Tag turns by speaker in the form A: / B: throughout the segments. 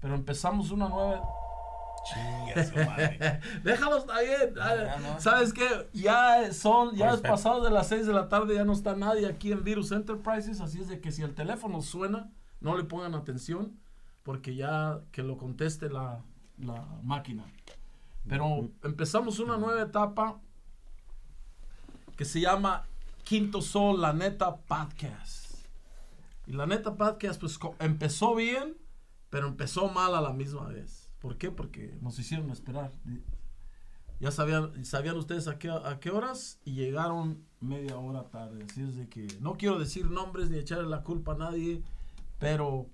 A: Pero empezamos una nueva.
B: Chingue su madre.
A: Déjalo, está bien.
B: No, ya no.
A: ¿Sabes qué? Ya son, ya
B: Por
A: es
B: respeto.
A: pasado de las 6 de la tarde, ya no está nadie aquí en Virus Enterprises. Así es de que si el teléfono suena, no le pongan atención, porque ya que lo conteste la, la máquina. Pero empezamos una nueva etapa que se llama Quinto Sol, la neta podcast. Y la neta podcast, pues co- empezó bien, pero empezó mal a la misma vez. ¿Por qué? Porque nos hicieron esperar. Ya sabían, sabían ustedes a qué, a qué horas y llegaron media hora tarde. Así es de que no quiero decir nombres ni echarle la culpa a nadie, pero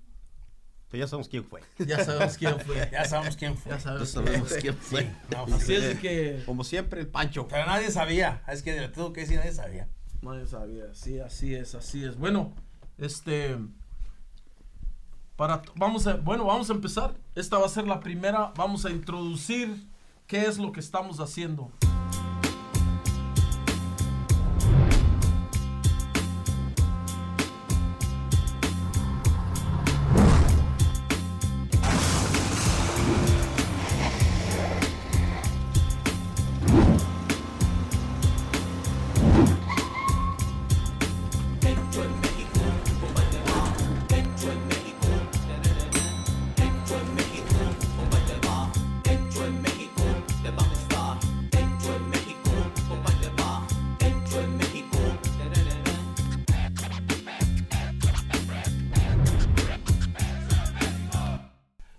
C: Pero Pues ya sabemos quién fue.
A: ya sabemos quién fue.
B: Ya sabemos quién fue.
A: Ya
C: Ya
A: sabemos.
C: sabemos quién fue.
B: No, pues
A: Así es de que
C: Como siempre, el Pancho.
B: Pero nadie sabía. Es que lo tengo que decir, nadie sabía.
A: Nadie sabía, sí, así es, así es. Bueno, este. Para, vamos a, bueno, vamos a empezar. Esta va a ser la primera. Vamos a introducir qué es lo que estamos haciendo.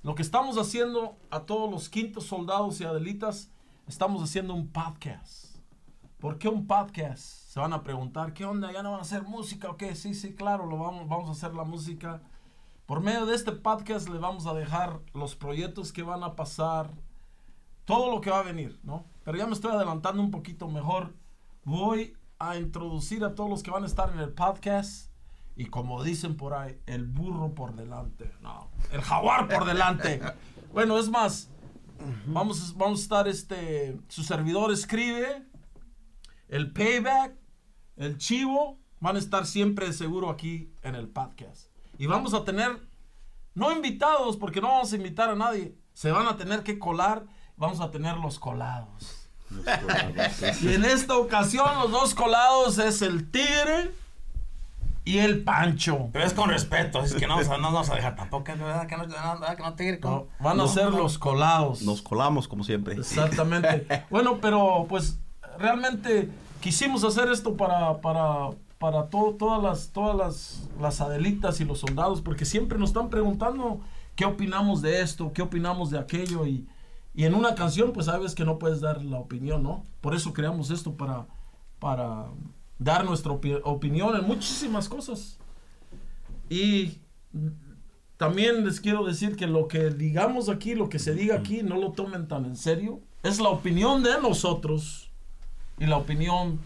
A: Lo que estamos haciendo a todos los quintos soldados y adelitas, estamos haciendo un podcast. ¿Por qué un podcast? Se van a preguntar, ¿qué onda? ¿Ya no van a hacer música o qué? Sí, sí, claro, lo vamos, vamos a hacer la música. Por medio de este podcast le vamos a dejar los proyectos que van a pasar, todo lo que va a venir, ¿no? Pero ya me estoy adelantando un poquito mejor. Voy a introducir a todos los que van a estar en el podcast. Y como dicen por ahí, el burro por delante. No, el jaguar por delante. Bueno, es más, vamos, vamos a estar este. Su servidor escribe. El payback. El chivo. Van a estar siempre seguro aquí en el podcast. Y vamos a tener no invitados, porque no vamos a invitar a nadie. Se van a tener que colar, vamos a tener los colados. y en esta ocasión los dos colados es el tigre y el pancho.
B: Pero es con respeto. Es que no, o sea, no nos vamos a dejar tampoco. Es verdad que no, no, no, que no te
A: No, van a ser los colados.
C: Nos colamos, como siempre.
A: Exactamente. bueno, pero pues realmente quisimos hacer esto para, para, para to- todas, las, todas las, las adelitas y los soldados, porque siempre nos están preguntando qué opinamos de esto, qué opinamos de aquello, y, y en una canción pues sabes que no puedes dar la opinión, ¿no? Por eso creamos esto para, para dar nuestra opi- opinión en muchísimas cosas. Y también les quiero decir que lo que digamos aquí, lo que se diga aquí, no lo tomen tan en serio. Es la opinión de nosotros y la opinión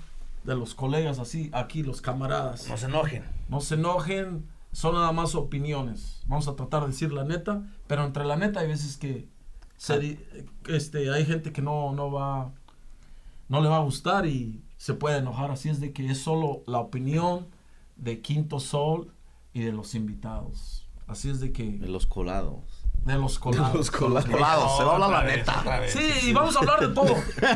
A: de los colegas así, aquí los camaradas.
B: No se enojen.
A: No se enojen, son nada más opiniones. Vamos a tratar de decir la neta, pero entre la neta hay veces que se di- este, hay gente que no, no va, no le va a gustar y se puede enojar. Así es de que es solo la opinión de Quinto Sol y de los invitados. Así es de
D: De
A: que
D: los colados.
A: de los colados.
C: Los colados. se va a hablar la
B: Otra vez, otra
C: neta.
B: vez.
A: Sí, y vamos a hablar de todo.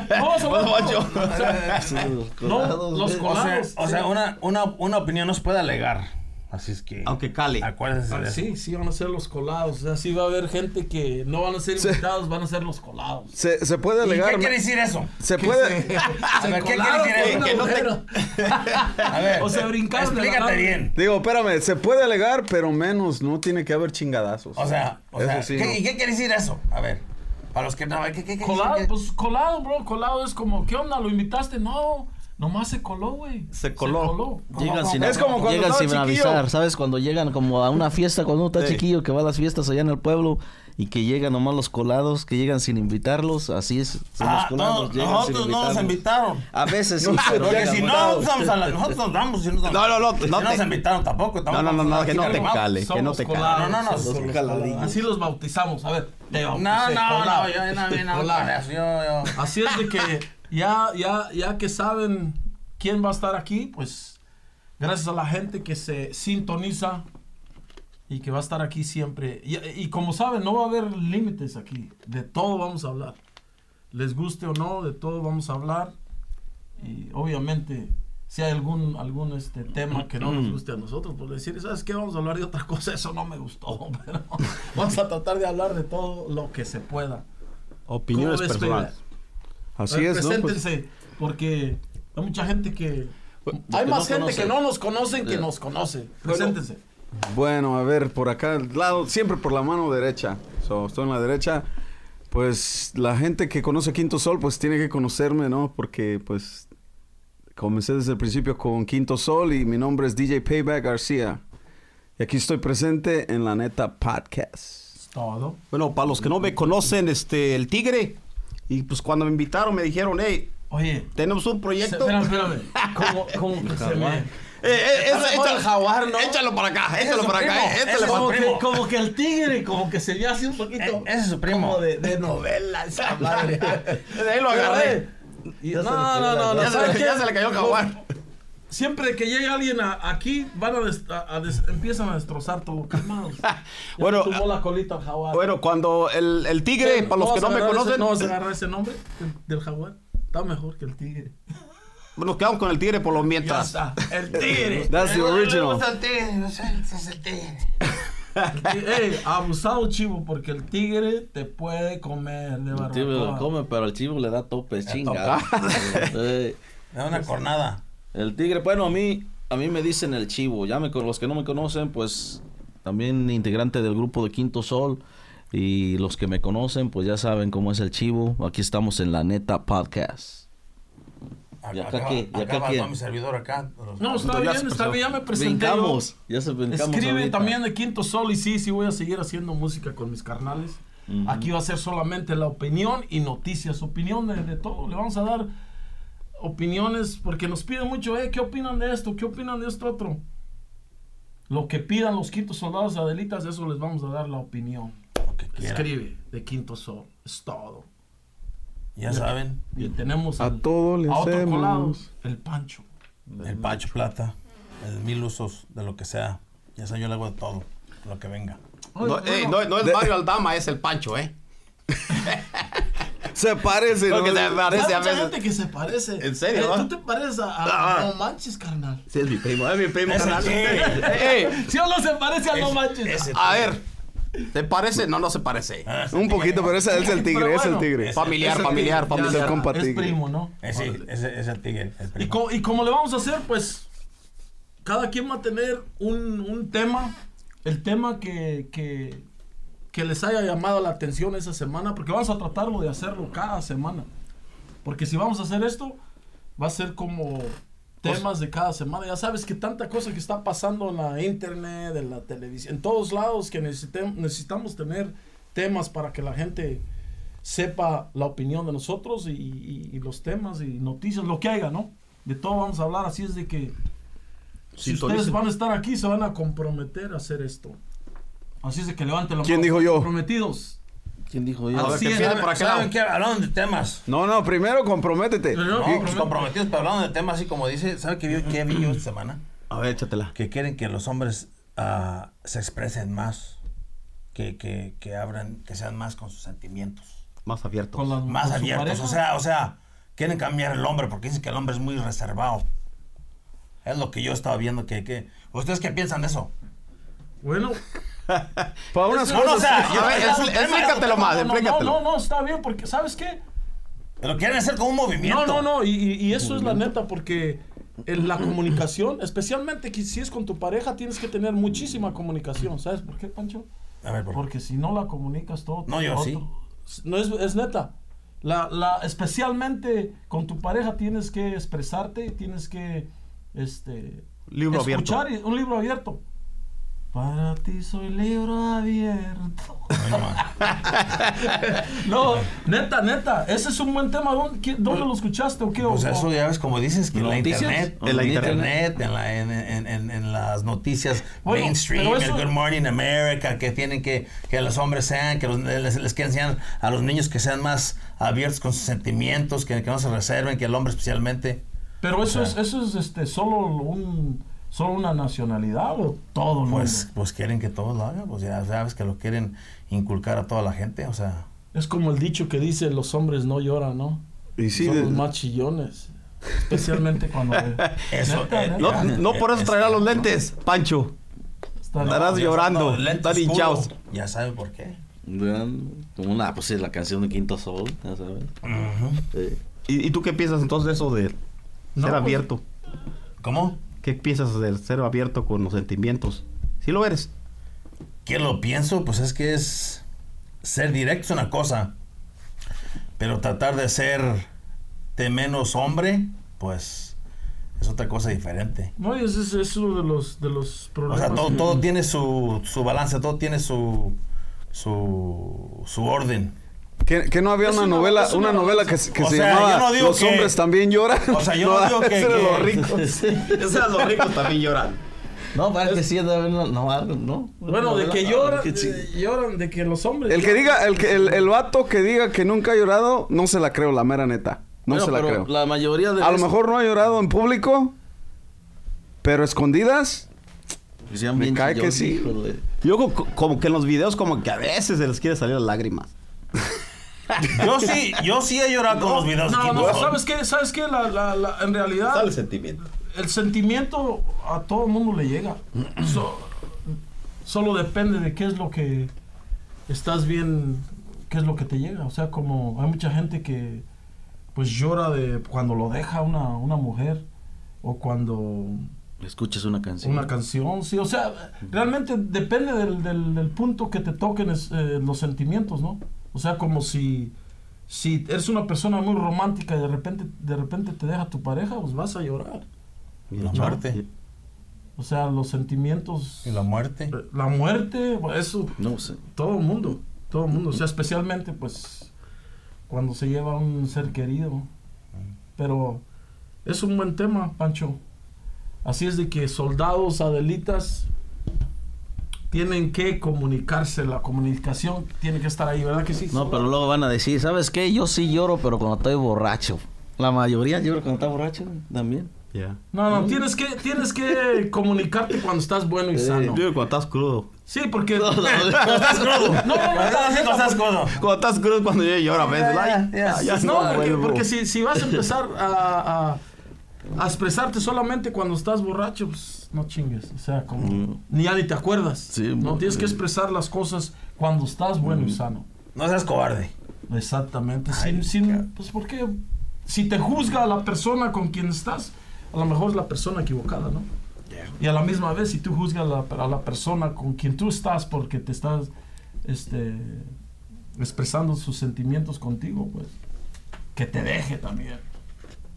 A: Vamos a hablar de todo.
B: O sea,
D: los
A: No, los
B: O sea,
A: colados. ¿eh?
B: o sea, una, una, una opinión nos puede alegar. Así es que.
C: Aunque cale.
B: Acuérdense
A: Ah,
B: de eso.
A: sí, sí van a ser los colados. O sea, sí va a haber gente que no van a ser invitados, van a ser los colados.
E: Se, se puede
B: ¿Y
E: alegar.
B: qué quiere decir eso?
E: Se puede.
B: A ver, ¿qué quiere
A: colaron
B: decir
A: con
B: eso?
A: una
C: Que no te-
A: mujer.
B: A ver.
A: O sea, brincaron de la
B: Explícate
A: nada.
B: bien.
E: Digo, espérame, se puede alegar, pero menos, no tiene que haber chingadazos.
B: O sea, o sea,
E: Eso sí,
B: ¿qué,
E: no.
B: ¿y qué quiere decir eso? A ver, para los que no, ¿qué, qué, qué, qué-
A: Colado, pues colado, bro. Colado es como, ¿qué onda? ¿Lo invitaste? No, nomás se coló, güey.
C: Se coló.
D: Llegan sin,
E: Es como cuando
D: llegan
E: estaba
D: sin
E: chiquillo.
D: avisar, ¿sabes? Cuando llegan como a una fiesta, cuando uno está
C: Sí.
D: chiquillo, que va a las fiestas allá en el pueblo y que llegan nomás los colados, que llegan sin invitarlos, así es. Son
B: Ah,
D: los colados,
B: no,
D: llegan sin
B: nosotros no nos
D: invitarnos.
B: invitaron.
D: A veces sí, pero
B: Porque
D: llegan
B: si no,
D: invitados.
B: vamos a la, nosotros nos damos. Si nos damos.
C: No, no, no,
B: Si
C: no
B: nos
C: te-
B: invitaron tampoco.
C: No, no, no, no, que no te
B: cales.
C: cale, que no
A: Somos
C: te
A: colados.
C: cale.
B: No, no, no.
A: Somos
B: somos
A: colados.
B: colados.
A: Así los bautizamos. A ver, te
B: No,
A: bauticé,
B: no, no,
A: colado.
B: yo no vine
A: Colado.
B: a eso. Yo, yo.
A: Así es de que ya, ya, ya que saben quién va a estar aquí, pues gracias a la gente que se sintoniza y que va a estar aquí siempre. Y, y como saben, no va a haber límites aquí. De todo vamos a hablar. Les guste o no, de todo vamos a hablar. Y obviamente, si hay algún, algún este tema que no
F: Mm.
A: nos guste a nosotros, pues decir, ¿sabes qué? Vamos a hablar de otra cosa, eso no me gustó, pero vamos a tratar de hablar de todo lo que se pueda.
F: Opiniones
A: ¿Cómo ves,
F: personales.
A: Pepe? A
E: Así
A: ver,
E: es, ¿no? Pues,
A: Preséntense, porque hay mucha gente que...
C: Porque
A: hay
C: no
A: más gente
C: conoce.
A: que no nos conocen que
C: Ya.
A: nos conoce. Preséntense.
E: bueno, a ver, por acá, al lado, siempre por la mano derecha. So, estoy en la derecha. Pues la gente que conoce Quinto Sol, pues tiene que conocerme, ¿no? Porque, pues, comencé desde el principio con Quinto Sol y mi nombre es DJ Payback García. Y aquí estoy presente en la neta podcast.
A: Es Todo.
C: Bueno, para los que no me conocen, este, el Tigre. Y pues cuando me invitaron me dijeron, hey,
A: Oye,
C: tenemos un
A: se-
C: proyecto.
A: espérame, espérame. ¿Cómo, cómo que se me...
C: Eh, eh,
A: Ese
C: ese-
A: fue
C: échale-
A: el jaguar, ¿no?
C: Échalo para acá, échalo
B: su
C: para acá.
B: primo,
C: eh,
B: ese
C: échale
B: es
C: para-
A: Como
B: su
A: que,
B: primo.
A: como que el tigre, como que se ve así un poquito.
B: E- ese es su primo.
A: Como de, de novela, esa madre.
C: De ahí lo agarré.
A: Y- No, no, no, no.
C: Ya se le-
A: ¿sabes qué?
C: ya se le cayó el jaguar.
A: Siempre que llega alguien a- aquí, van a, des- a- a des- empiezan a destrozar todo. Calmados. Ya
C: Bueno,
A: tumbó la colita al jaguar.
C: Bueno, cuando el, el Tigre, para los que
A: vas a
C: no me
A: agarrar
C: conocen,
A: Ese, ¿No vas a agarrar ese nombre del, del jaguar? Está mejor que el tigre.
C: nos quedamos con el Tigre por los
A: Ya
C: mientras.
A: está. El tigre.
E: That's the original.
A: Ey, abusado chivo, porque el tigre te puede comer de
D: El chivo
A: barbacoa.
D: lo come, pero el chivo le da topes, chinga. Sí.
B: Me da una cornada.
D: El tigre, bueno, a mí, a mí me dicen el chivo. Ya me, con- los que no me conocen, pues también integrante del grupo de Quinto Sol. Y los que me conocen, pues ya saben cómo es el chivo. Aquí estamos en la neta podcast.
B: Acá,
D: ¿Y acá qué? ¿Y acá
B: acá va-
D: quién?
B: va mi servidor acá.
A: No, está
C: Ya se
A: bien, está
C: pasó.
A: bien, ya me presenté. yo.
D: Brincamos. Ya se brincamos.
A: Escribe
D: ahorita.
A: también de Quinto Sol y sí, sí voy a seguir haciendo música con mis carnales. Aquí va a ser solamente la opinión y noticias, opinión de, de todo. Le vamos a dar opiniones porque nos piden mucho, eh, ¿qué opinan de esto? ¿Qué opinan de esto otro? Lo que pidan los quintos soldados de Adelitas, eso les vamos a dar la opinión. Escribe de Quinto Sol, es todo.
B: Ya saben,
A: Y tenemos
E: A
A: al-
E: todo le
A: a otro
E: hacemos.
A: colado, el Pancho.
B: el Pacho Plata, el Mil Usos, de lo que sea. Ya saben, yo le hago de todo, lo que venga.
C: No,
A: Oye,
C: ey,
A: bueno,
C: no- no es Mario Aldama, es el Pancho, ¿eh?
E: Se parece. ¿no?
C: Porque se
A: Hay
C: parece
A: mucha
C: a veces.
A: gente que se parece.
C: ¿En serio,
A: Eh,
C: va?
A: ¿Tú te pareces a, a-
C: Ah.
A: No Manches, carnal?
C: Sí, es mi primo, es mi primo.
B: Es el
C: carnal.
B: Tigre.
C: Ey, ey,
A: ¿Sí o no se parece a No Manches?
B: Ese
C: a ver, ¿te parece? No, no se parece.
B: Ah, ese
E: Un
B: tigre.
E: poquito, pero ese es el tigre,
A: Pero
E: es el
A: bueno,
E: tigre.
C: Familiar, familiar,
A: Ya,
E: Es
A: ya,
E: el
C: familiar.
E: compa
A: es
E: tigre.
A: primo, ¿no?
B: Eh, sí, ese es el tigre, el
A: Y,
B: primo.
A: co- y como le vamos a hacer, pues, cada quien va a tener un, un tema, el tema que, que, que les haya llamado la atención esa semana, porque vamos a tratarlo de hacerlo cada semana. Porque si vamos a hacer esto, va a ser como temas de cada semana. Ya sabes que tanta cosa que está pasando en la internet, en la televisión, en todos lados, que necesitem- necesitamos tener temas para que la gente sepa la opinión de nosotros y, y- y los temas y noticias, lo que haya, ¿no? De todo vamos a hablar, así es de que si ustedes
C: Sintonicen.
A: van a estar aquí, se van a comprometer a hacer esto. Así es de que levanten la
E: ¿Quién
A: mano.
E: dijo yo?
A: Comprometidos.
D: ¿Quién dijo
C: A
D: yo?
C: ver,
A: Así es,
C: que empiece
A: a ver,
C: por aquel
B: Ah, ¿Saben
C: lado.
B: qué? Hablaron de temas.
E: No, no, primero comprométete.
A: Pero
B: No,
A: ¿qué-
B: pues comprometidos, pero hablando de temas así como dice, ¿sabe qué vi, qué vi yo esta semana?
C: A ver, échatela.
B: Que quieren que los hombres ah, se expresen más, que, que, que abran, que sean más con sus sentimientos,
C: Más abierto.
A: Con las-
B: más
A: con su
B: abiertos,
A: pareja.
B: o sea, o sea, quieren cambiar el hombre porque dicen que el hombre es muy reservado. Es lo que yo estaba viendo que, que ¿ustedes qué piensan de eso?
A: Bueno,
E: Para unas
B: No, no, o
E: cosas.
B: sea, yo-
C: A ver,
B: es
C: expl-
B: un tema,
C: explícatelo más,
A: no, no,
C: explícatelo.
A: no, no, está bien, porque ¿sabes qué?
B: Lo quieren hacer como un movimiento.
A: No, no, no, y, y- y eso es la neta, porque en la comunicación, especialmente que si es con tu pareja, tienes que tener muchísima comunicación. ¿Sabes por qué, Pancho?
B: A ver, ¿por qué?
A: Porque si no la comunicas todo.
B: No, yo sí.
A: No, es, es neta. La, la, especialmente con tu pareja tienes que expresarte, tienes que. Este,
C: Libro abierto.
A: escuchar y- un libro abierto. Para ti soy libro abierto. no, neta, neta. Ese es un buen tema. ¿Dónde, qué- dónde lo escuchaste o qué?
B: Pues
A: O-
B: eso ya ves como dices que en la
D: ¿Noticias?
B: internet,
D: En
B: en
D: la
B: la internet, en, la, en, en- en- en las noticias
A: Bueno,
B: mainstream,
A: pero eso-
B: el Good Morning America, que tienen que que los hombres sean, que los- les, les quieren enseñar a los niños que sean más abiertos con sus sentimientos, que, que no se reserven, que el hombre especialmente.
A: Pero eso
B: O
A: es,
B: sea.
A: eso es este, solo un, solo una nacionalidad o todo el mundo?
B: Pues, pues quieren que todos lo hagan, pues ya sabes que lo quieren inculcar a toda la gente, o sea,
A: Es como el dicho que dice los hombres no lloran, ¿no?
E: Y sí,
A: Son
E: de-
A: los más chillones. Especialmente cuando...
B: Eso,
A: Neta,
B: eh,
A: neta,
C: No, no por eso traerá los lentes, Pancho.
A: está-
C: Estarás llorando,
B: lentes
C: están hinchados.
B: oscuros, Ya sabes por qué.
D: Como una, pues es la canción de Quinto Sol, ya sabes. Sí.
C: ¿Y, y tú qué piensas entonces de eso de ser
A: No, pues-
C: abierto?
B: ¿Cómo?
C: ¿Qué piensas del ser abierto con los sentimientos? Sí lo eres.
B: ¿Qué lo pienso? Pues es que es ser directo es una cosa, pero tratar de ser de menos hombre, pues es otra cosa diferente.
A: No, y ese es, es uno de los, de los
B: O
A: problemas.
B: sea, todo,
A: que-
B: todo tiene su, su balance, todo tiene su, su, su orden.
E: ¿Que, que no había
A: Es
E: una,
A: una-
E: novela,
A: es
E: una
A: una-
E: novela que, se- que
B: O
E: se
B: sea,
E: llamaba
B: yo no digo
E: Los
B: que-
E: hombres también lloran?
B: O sea, yo no digo que-
E: ese era
B: que-
E: lo rico.
C: Esos eran los ricos también lloran.
D: No, para que sí, no, no, no, no.
A: Bueno, de que lloran, eh, lloran, de que los hombres...
E: El que diga, el, que, el, el vato que diga que nunca ha llorado, no se la creo, la mera neta. No
D: Bueno,
E: se la
D: pero
E: creo.
D: La mayoría de
E: A lo
D: veces-
E: mejor no ha llorado en público, pero escondidas.
D: Que sean
E: me
D: bien
E: cae que
D: chillones,
E: sí.
D: hijo de-
C: Yo co- co- como que en los videos como que a veces se les quiere salir las lágrimas.
B: Yo sí, yo sí he llorado con los videos. de
A: No,
B: Kim
A: no,
B: Jong-un.
A: ¿sabes qué? ¿Sabes qué? La- la- la- en realidad...
C: Sale el sentimiento.
A: el sentimiento a todo el mundo le llega. So- solo depende de qué es lo que estás bien, qué es lo que te llega. O sea, como hay mucha gente que pues llora de cuando lo deja una, una mujer o cuando
D: Escuchas una canción.
A: una canción. Sí, o sea, realmente depende del, del- del punto que te toquen es, eh, los sentimientos, ¿no? O sea, como si... Si eres una persona muy romántica y de repente, de repente te deja tu pareja, pues vas a llorar.
B: La muerte.
A: O sea, los sentimientos.
B: Y la muerte.
A: eh, La muerte, bueno, eso,
D: No sé.
A: todo el mundo. Todo el mundo. O sea, especialmente, pues, cuando se lleva a un ser querido. Pero es un buen tema, Pancho. Así es de que soldados, adelitas, tienen que comunicarse. La comunicación tiene que estar ahí, ¿verdad que sí?
D: No, pero luego van a decir, ¿sabes qué? Yo sí lloro, pero cuando estoy borracho. La mayoría llora cuando está borracho güey, también.
C: Ya.
A: No, no, tienes que, tienes que comunicarte cuando estás bueno y sano.
C: Yo cuando estás crudo.
A: Sí, porque... No, no,
B: No,
A: no, no,
B: así con esas cosas.
C: Cuando estás crudo cuando yo lloro a veces. ay, ya, ya
A: No, porque,
C: vuelvo.
A: porque si, si vas a empezar a, a- a expresarte solamente cuando estás borracho, pues no chingues. O sea, como ni ya ni te acuerdas.
D: Sí,
A: no
D: mo-
A: tienes que expresar las cosas cuando estás bueno y sano.
B: No seas cobarde.
A: Exactamente.
B: Ay,
A: sin, sin-
B: ca-
A: pues porque si te juzga la persona con quien estás, a lo mejor es la persona equivocada, ¿no? Y a la misma vez, si tú juzgas a la, a la persona con quien tú estás porque te estás este, expresando sus sentimientos contigo, pues que te deje también.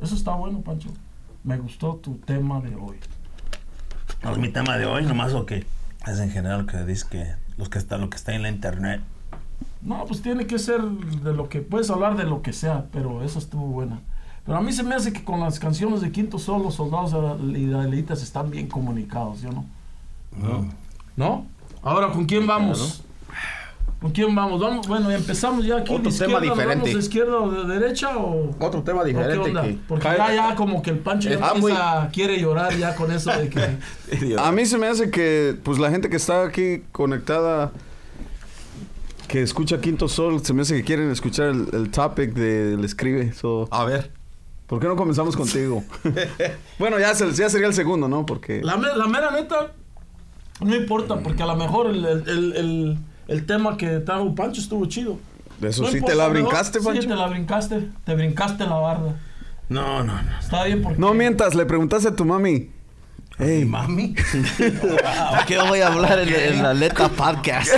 A: Eso está bueno, Pancho. Me gustó tu tema de hoy.
B: No es mi tema de hoy, nomás lo que es en general lo que dice que los que está lo que está en la internet.
A: No, pues tiene que ser de lo que puedes hablar de lo que sea, pero esa estuvo buena. Pero a mí se me hace que con las canciones de Quinto Sol los soldados y israelitas están bien comunicados, ¿yo no? ¿No? Ahora, ¿con quién vamos? ¿Con quién vamos? vamos bueno, empezamos ya aquí.
C: Otro
A: de
C: tema
A: izquierda, ¿nos
C: diferente.
A: vamos de izquierda o de derecha o...?
C: Otro tema
A: ¿o qué
C: diferente
A: onda?
C: que
A: Porque
C: cae-
A: ya, ya como que el Pancho ya
C: Está muy-
A: empieza- quiere llorar ya con eso de que...
E: A mí se me hace que, pues la gente que está aquí conectada, que escucha Quinto Sol, se me hace que quieren escuchar el, el topic del escribe. So,
C: A ver.
E: ¿Por qué no comenzamos contigo? bueno, ya, se- ya sería el segundo, ¿no? Porque.
A: La, me- la mera neta, no importa, porque a lo mejor el, el- el- el- el tema que trajo Pancho estuvo chido.
E: De eso
A: No
E: sí
A: importa,
E: te la
A: a lo mejor-
E: brincaste,
A: Sí,
E: Pancho.
A: te la brincaste. Te brincaste la barda.
B: No, no, no.
A: Está bien porque...
E: No mientas, le preguntaste a tu mami.
B: ¿Y
E: Hey,
B: mami?
A: Ah,
D: ¿Por qué voy a hablar en, en la letra podcast?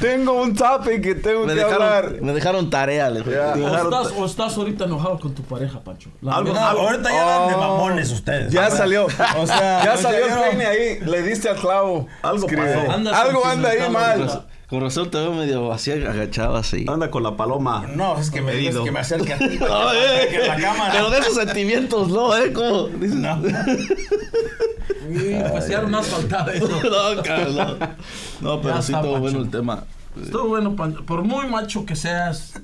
E: tengo un topic que tengo
D: me,
E: que hablar.
D: dejaron, me dejaron tarea. les-
E: Ya.
A: O estás, o estás ahorita enojado con tu pareja, Pancho. La
B: No,
A: neta.
B: Ah, ahorita ya dan de
E: Oh.
B: mamones ustedes.
E: Ya salió. O sea, ya
B: no
E: salió el
B: salieron.
E: peine ahí. Le diste al clavo. Algo
A: pasó. Andas
E: Algo anda ahí
A: sentimental
E: mal.
A: ahorita.
D: Con razón te veo medio así agachado así.
E: Ah,
C: Anda con la paloma.
B: No, es que me digas
C: Medido.
B: que me acerque a ti.
D: No, eh,
B: que la cámara.
D: Pero de esos sentimientos, no, ¿eh? ¿Cómo? Dices,
B: No.
A: Sí, pues ya no has faltado eso.
D: No, cabrón, no. No, pero
A: Ya
D: sí
A: está,
D: todo bueno
A: Pancho.
D: el tema.
A: Estuvo bueno, Pancho. Por muy macho que seas,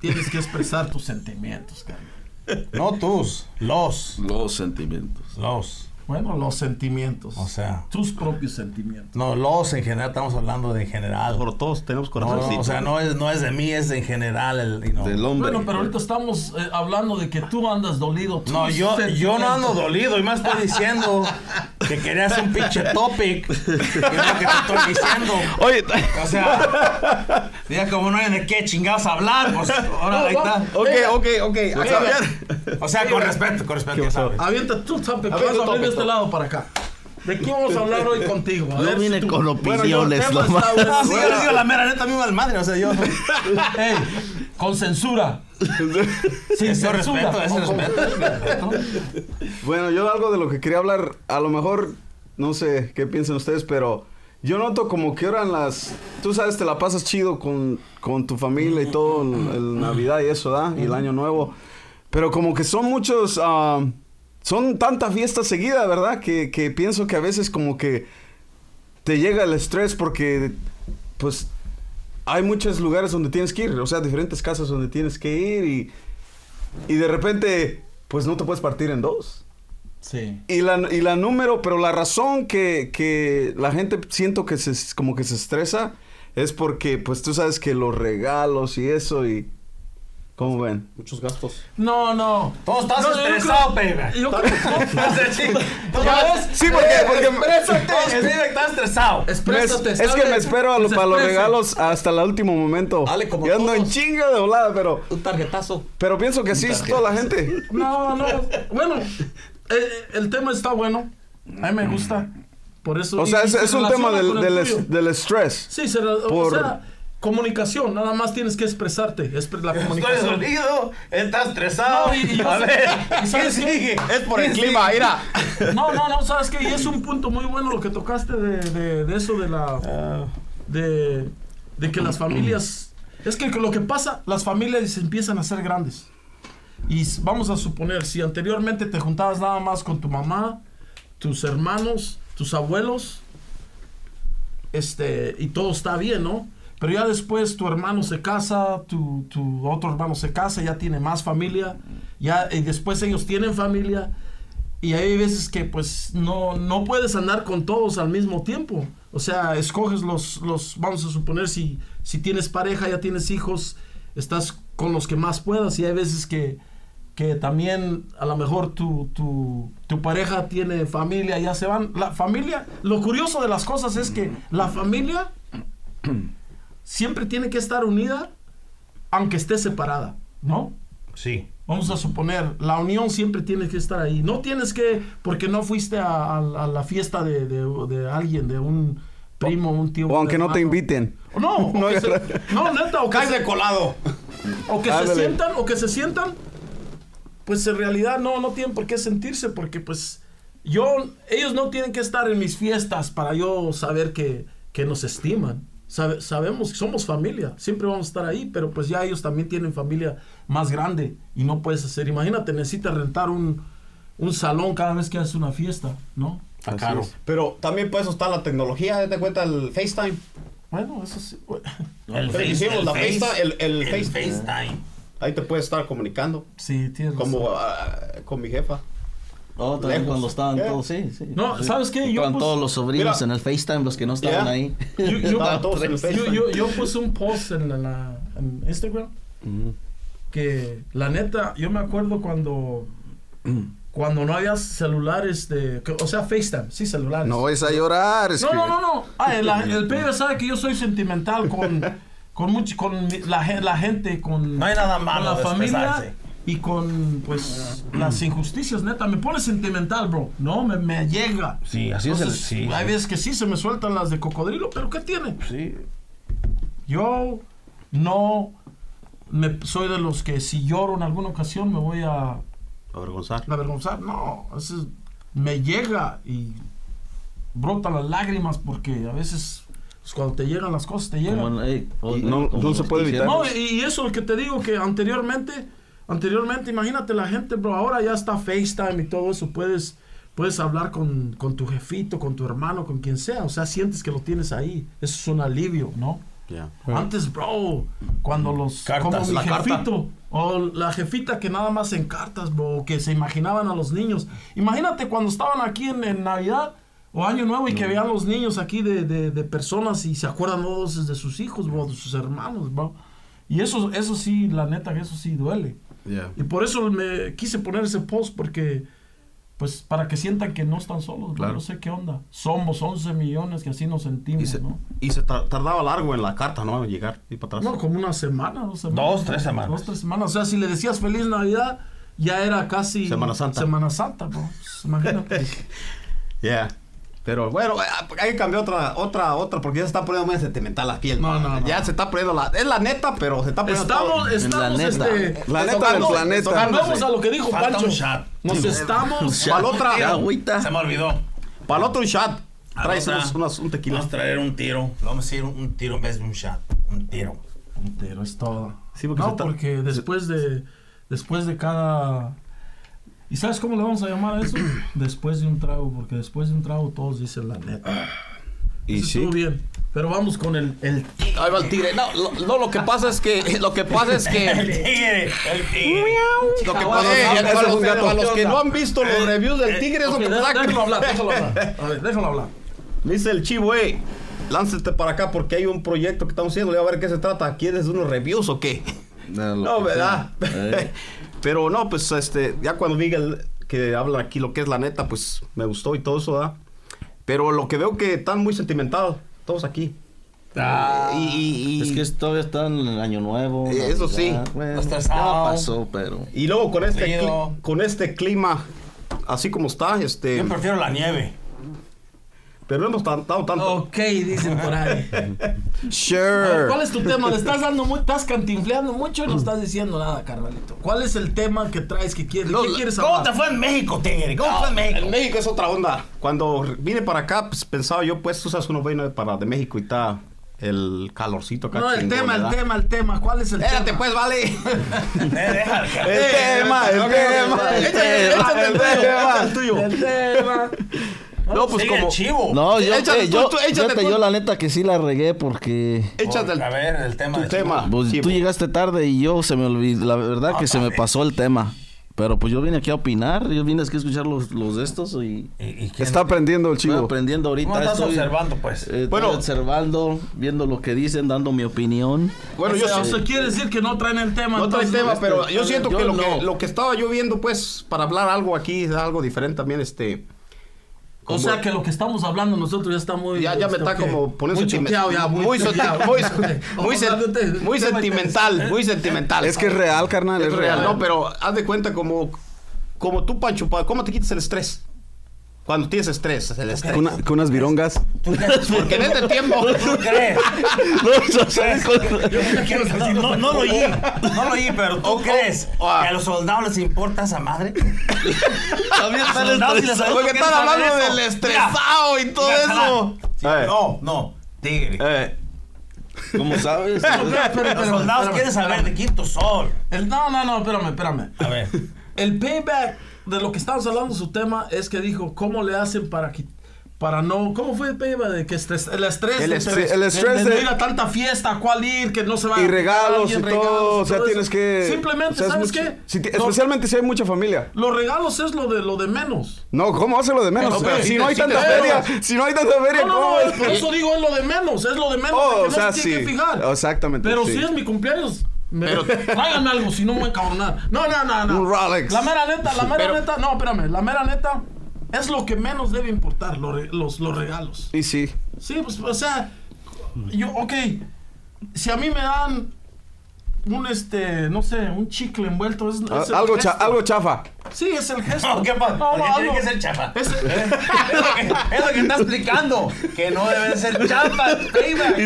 A: tienes que expresar tus sentimientos, carnal.
B: No tus, los,
D: Los sentimientos.
B: los.
A: Bueno, los sentimientos.
B: O sea.
A: Tus propios sentimientos.
B: No, los en general, estamos hablando de en general.
C: Por todos tenemos
B: No,
C: corazoncito.
B: o sea, no es, no es de mí, es de en general. El, no.
E: Del hombre.
A: Bueno, pero ahorita estamos eh, hablando de que tú andas dolido. tus
B: No, yo, yo no ando
A: sentimientos.
B: dolido, y más estoy diciendo que querías un pinche topic. Que es lo que te estoy diciendo.
D: Oye,
B: O sea, ya como no hay de qué chingados hablar, pues ahora ahí está.
C: Ok, ok, ok.
B: O sea, o sea, con respeto, con respeto, ya sabes.
A: Avienta tú, Zape, que
C: A ver,
A: vas a abrir
C: tope,
A: de este
C: tope.
A: lado para acá. ¿De qué vamos a hablar hoy contigo? A
D: Yo
A: ver si
D: vine
A: tú-
D: con
A: Bueno, yo, el
D: opiniones,
A: tema
D: nomás.
A: está bueno.
B: Sí, yo les digo la mera neta, a mí me vale madre, o sea, yo...
A: Ey, con censura. Sin
B: Eso
A: censura.
B: respeto, eso
A: O con-
E: Bueno, yo algo de lo que quería hablar, a lo mejor, no sé qué piensan ustedes, pero yo noto como que ahora en las... Tú sabes, te la pasas chido con, con tu familia y todo, en, en Navidad y eso, ¿da? Y el Año Nuevo. Pero como que son muchos... ah, son tanta fiesta seguida, ¿verdad? Que, que pienso que a veces como que te llega el estrés porque, pues, hay muchos lugares donde tienes que ir, o sea, diferentes casas donde tienes que ir y, y de repente, pues no te puedes partir en dos.
A: Sí.
E: Y la, y la número, pero la razón que, que la gente siento que se, como que se estresa es porque, pues tú sabes que los regalos y eso y... ¿Cómo ven?
C: Muchos gastos.
A: No, no.
B: Todo estás
A: No, yo creo-
B: estresado, pega.
A: Yo creo
B: Ya ves,
E: Sí, porque... porque
B: Todo estresado, estás estresado.
E: me es,
A: Eh, Exprésate.
E: es que me espero a lo- para los
A: regalos.
E: regalos hasta el último momento.
C: Dale, como
E: Yo ando en
C: todos.
E: chinga de volada, pero...
C: Un tarjetazo.
E: Pero pienso que sí es toda la gente.
A: No, no. Bueno, eh, el tema está bueno. A mí me gusta. Por eso.
E: O
A: y-
E: sea,
A: y
E: es,
A: se
E: es un
A: relaciona
E: tema del,
A: con el
E: del,
A: tuyo.
E: es- del estrés.
A: Sí, se re- o
E: por-
A: sea, comunicación. Nada más tienes que expresarte. expre- la
B: Estoy
A: comunicación.
B: dolido, estás estresado.
A: No, y- y-
B: a ver,
A: ¿y sabes
B: ¿qué
A: qué?
B: sigue?
C: Es por el clima, mira.
A: No, no, no, sabes que es un punto muy bueno lo que tocaste de, de- de eso de la. De, de que las familias. Es que lo que pasa, las familias se empiezan a ser grandes. Y s- vamos a suponer, si anteriormente te juntabas nada más con tu mamá, tus hermanos, tus abuelos, este, y todo está bien, ¿no? Pero ya después tu hermano se casa, tu, tu otro hermano se casa, ya tiene más familia, ya, y después ellos tienen familia, y hay veces que pues no, no puedes andar con todos al mismo tiempo. O sea, escoges los, los vamos a suponer, si, si tienes pareja, ya tienes hijos, estás con los que más puedas. Y hay veces que, que también a lo mejor tu, tu, tu pareja tiene familia, ya se van. La familia, lo curioso de las cosas es que la familia siempre tiene que estar unida aunque esté separada, ¿no?
B: Sí.
A: Vamos a suponer, la unión siempre tiene que estar ahí. No tienes que, porque no fuiste a, a- a la fiesta de, de- de alguien, de un primo, un tío.
E: O aunque no te
A: inviten
E: inviten.
A: No, o
E: No,
A: que
E: ya-
A: se- no, neta, o que,
B: Caes
A: se,
B: de colado.
A: o que se
E: Ándale.
A: sientan, o que se sientan. Pues en realidad no, no tienen por qué sentirse, porque pues yo, ellos no tienen que estar en mis fiestas para yo saber que, que nos estiman. Sabe- sabemos que somos familia, siempre vamos a estar ahí, pero pues ya ellos también tienen familia más grande y no puedes hacer. Imagínate, necesitas rentar un, un salón cada vez que haces una fiesta, ¿no?
B: Está
E: Así
B: caro.
E: es.
C: Pero también puede asustar la tecnología. Date cuenta el FaceTime.
A: Bueno, eso sí. bueno,
B: El
C: Pero hicimos la FaceTime, el- el FaceTime.
B: FaceTime.
C: Ahí te puedes estar comunicando.
A: Sí, tienes razón.
C: Como ah, con mi jefa.
D: Oh, también
C: Lejos.
D: cuando estaban
C: ¿Qué?
D: todos, sí, sí.
A: No,
D: sí.
A: ¿sabes qué? Yo
D: Estaban
A: puse-
D: todos los sobrinos
C: Mira.
D: en el FaceTime, los que no estaban
C: Ya.
D: ahí.
A: Yo, yo-
C: Estaban todos en el
A: yo,
C: FaceTime.
A: yo- yo puse un post en, la- la- en Instagram que la neta, yo me acuerdo cuando cuando no había celulares de, que- o sea, FaceTime, sí, celulares.
E: No vais a llorar.
A: no, no, no, no. Ah, el, el pibe sabe que yo soy sentimental con con mucho, con mi- la, gen- la gente, con
B: No hay nada malo
A: con la
B: de
A: familia
B: expresarse.
A: y con pues las injusticias, neta, me pone sentimental, bro. No, me, me llega.
B: Sí, así es el-
A: Entonces,
B: sí,
A: Hay
B: sí.
A: veces que sí se me sueltan las de cocodrilo, pero ¿qué tiene?
B: Sí.
A: Yo no me, soy de los que si lloro en alguna ocasión me voy a
C: Avergonzar.
A: avergonzar. No, a veces me llega y brotan las lágrimas porque a veces pues, cuando te llegan las cosas te
D: Como
A: llegan.
D: en- eh, oh,
E: No-
D: como
E: no
D: nos
E: se puede
D: dijeron.
A: No, y y eso que te digo que anteriormente, anteriormente, imagínate la gente, bro, ahora ya está FaceTime y todo eso, puedes, puedes hablar con, con tu jefito, con tu hermano, con quien sea, o sea, sientes que lo tienes ahí, eso es un alivio, ¿no?
E: Ya.
A: Antes, bro, cuando los...
B: Cartas,
A: como mi
B: la carta.
A: jefito, o la jefita que nada más en cartas, bro, que se imaginaban a los niños. Imagínate cuando estaban aquí en, en Navidad o Año Nuevo y que vean los niños aquí de, de- de personas y se acuerdan todos de sus hijos, bro, de sus hermanos, bro. Y eso, eso sí, la neta, que eso sí duele.
E: Ya.
A: Y por eso me quise poner ese post porque, pues, para que sientan que no están solos. ¿no?
C: Claro.
A: No sé qué onda. Somos 11 millones que así nos
C: Y
A: sentimos,
C: se,
A: ¿no?
C: y se tar- tardaba largo en la carta, ¿no? Llegar y para atrás.
A: No, como una semana, dos semanas.
B: Dos, tres semanas.
A: Dos, tres semanas. O sea, si le decías Feliz Navidad, ya era casi...
C: Semana Santa.
A: Semana Santa, bro. Imagínate.
C: Yeah. Pero bueno, eh, hay que cambiar otra, otra, otra, porque ya se está poniendo muy sentimental la piel.
A: No, no, no.
C: Ya se está poniendo la. Es la neta, pero se está poniendo. todo- Eh,
A: estamos, estamos,
D: La neta.
A: este...
E: La neta del
A: tocando-
E: planeta.
A: Volvemos a lo que dijo
B: Falta
A: Pancho.
B: un shot.
A: Nos estamos...
C: Para la otra.
D: Ya, agüita.
B: Se me olvidó.
C: Para el otro un shot. Traes
B: Otra.
C: unos- unos- un tequila.
B: Vamos a traer un tiro. Le Vamos a decir un, un tiro en vez de un shot. Un tiro.
A: Pero es todo.
C: Sí, porque
A: no,
C: se está-
A: porque después de, después de cada... ¿Y sabes cómo le vamos a llamar a eso? después de un trago, porque después de un trago todos dicen la neta.
E: Y
A: Eso
E: sí.
A: Estuvo bien, pero vamos con el... el
C: Ahí va el tigre. No, lo, no, lo que pasa es que. Lo que pasa es
B: El
C: que.
B: tigre. El tigre.
C: Lo que
A: Cabrón,
C: pasa es
A: ese
C: que.
A: eh, es
C: para los-
A: un gato.
C: Para los que no han visto los reviews del tigre, es lo
A: eh, Ok,
C: que
A: de-
C: pasa.
A: déjalo hablar, déjalo hablar. A ver, déjalo hablar.
C: Dice el chivo, eh. Lánzate para acá porque hay un proyecto que estamos haciendo. Le voy a ver qué se trata. ¿Quieres unos reviews o qué?
D: No, lo
C: No,
D: que
C: ¿verdad?
D: sea. Eh,
C: Pero no, pues este, ya cuando diga el- que habla aquí lo que es la neta, pues me gustó y todo eso, ¿verdad? Pero lo que veo que están muy sentimentados, todos aquí. y, y- y-
D: es que es- todavía está en el año nuevo.
C: Eh, eso sí.
D: Bueno,
B: Está
D: ya
B: estresado.
D: pasó, pero.
C: y luego con este, cli-
B: Frío.
C: con este clima, así como está, este,
B: Yo prefiero la nieve.
C: pero no hemos tan- estado tanto.
A: Ok, dicen por ahí.
E: Sure.
A: ¿Cuál es tu tema? Le estás dando muy, estás cantinfleando mucho y no estás diciendo nada, Carvalito. ¿Cuál es el tema que traes que quieres? ¿De ¿Qué
C: Los-
A: quieres
B: ¿Cómo te
A: hablar?
B: fue en México, tigre? ¿Cómo te fue en México?
C: En México es otra onda. Cuando vine para acá, pues pensaba yo, pues tú sabes, uno viene para de México y está el calorcito acá.
A: No, el
C: chingón,
A: tema, el
C: ¿verdad?
A: tema, el tema. ¿Cuál es el
C: Espérate,
A: tema?
C: pues, vale.
B: Eh, deja-
E: El tema, el tema, el
C: Échale,
E: tema,
C: échale
E: el
C: el tuyo,
E: tema.
C: échale el tuyo.
A: El tema.
C: No, pues
B: Sigue el
C: como.
B: chivo.
D: No, yo,
C: Échate
D: eh,
C: tú,
D: yo,
C: tú, échate
D: fíjate,
C: tú.
D: yo la neta que sí la regué porque
C: Échate el
B: A ver, el tema.
C: tu
B: de
C: tema.
D: pues,
C: Sí,
D: tú llegaste tarde y yo se me olvidó, la verdad que se me
B: también.
D: pasó el tema. Pero pues yo vine aquí a opinar, yo vine aquí a escuchar los, los de estos y
B: chivo. ¿Y- y quién-
E: Está aprendiendo el
D: estoy
E: chivo.
D: aprendiendo ahorita.
B: ¿Cómo estás
D: estoy-
B: observando, pues?
D: eh, estoy
C: Bueno.
D: observando, viendo lo que dicen, dando mi opinión.
C: pues, Bueno, yo
A: o sea,
C: sí-
A: o sea, quiere decir que no traen el tema.
C: No trae
A: entonces,
C: tema,
A: este,
C: pero yo
D: este,
C: siento
D: yo
C: que, lo
D: no.
C: que lo que estaba yo viendo, pues, para hablar algo aquí, algo diferente también, este.
A: O sea que lo que estamos hablando nosotros ya está muy.
C: Ya, ya
A: este,
C: me está
A: ok.
C: como poniendo
A: muy
C: sentimen-
A: choqueado, ya,
C: muy, senti-
A: choqueado.
C: muy-
A: Vamos
C: muy sen-
A: hablando de- este
C: muy
A: tema
C: sentimental, muy sentimental.
E: Es que es real, carnal.
C: Es real, no, pero haz de cuenta como, como tú, Pancho, pa- ¿cómo te quitas el estrés? Cuando tienes estrés, el estrés.
E: Con una- con unas virongas.
C: Porque en este tiempo.
B: ¿Tú crees?
D: No, o sea,
B: Yo no quiero decir- no, no lo oí. No lo oí, pero ¿tú crees que a los soldados les importa esa madre?
D: también
B: Los
D: están
B: soldados y
D: estresados.
B: les adultos
C: Porque
B: que
C: están
B: saben
C: hablando
B: eso.
C: del
A: Ah,
C: estresado y todo
B: Mira,
C: eso.
B: mira,
E: Eh.
B: No, no, tigre.
E: Eh,
D: Como sabes,
B: Los soldados quieren saber de Quinto Sol.
A: El- no, no, no, espérame, espérame.
B: A ver.
A: El payback de lo que estamos hablando, su tema es que dijo, ¿cómo le hacen para qui- Para no, ¿cómo fue el payback? De que estres- el estrés,
E: El
A: de-
E: estrés-
A: de-
E: el estrés
A: de, de
E: de-
A: ir a tanta fiesta, a cuál ir, que no se va
E: y regalos y
A: alguien,
E: todo.
A: regalos
E: o sea,
A: todo eso.
E: tienes que.
A: Simplemente,
E: o sea, es
A: ¿sabes
E: mucho-
A: qué?
E: si ti-
A: No,
E: especialmente si hay mucha familia.
A: los regalos es lo de lo de menos.
E: No, ¿cómo hace lo de menos?
A: No, pero
E: si
A: sí
E: no
A: te-
E: hay
A: sí
E: tanta
A: te-
E: feria, si no hay tanta feria,
A: No, no,
E: ¿cómo
A: no,
E: es?
A: es- por eso digo es lo de menos, es lo de menos,
E: Oh,
A: porque
E: o sea,
A: no se tiene
E: sí.
A: que fijar.
E: Exactamente,
A: Pero
E: sí.
A: si es mi cumpleaños, me, tráiganme algo, si no me voy a encabronar. No, no, no, no.
E: Un Rolex.
A: La mera neta, la mera neta, no, espérame, la mera neta es lo que menos debe importar, lo re- los, los regalos.
E: Y sí.
A: Sí, pues, o sea, yo, ok, si a mí me dan un, este, no sé, un chicle envuelto, es,
E: a-
A: es el
E: Algo, cha-
A: gesto.
E: algo chafa.
A: Sí, es el gesto.
B: No, ¿qué pasa?
A: No, no,
B: Porque tiene
A: algo-
B: que ser chapa.
A: es-
B: Es lo que- es lo que está explicando. Que no debe ser chapa, payback.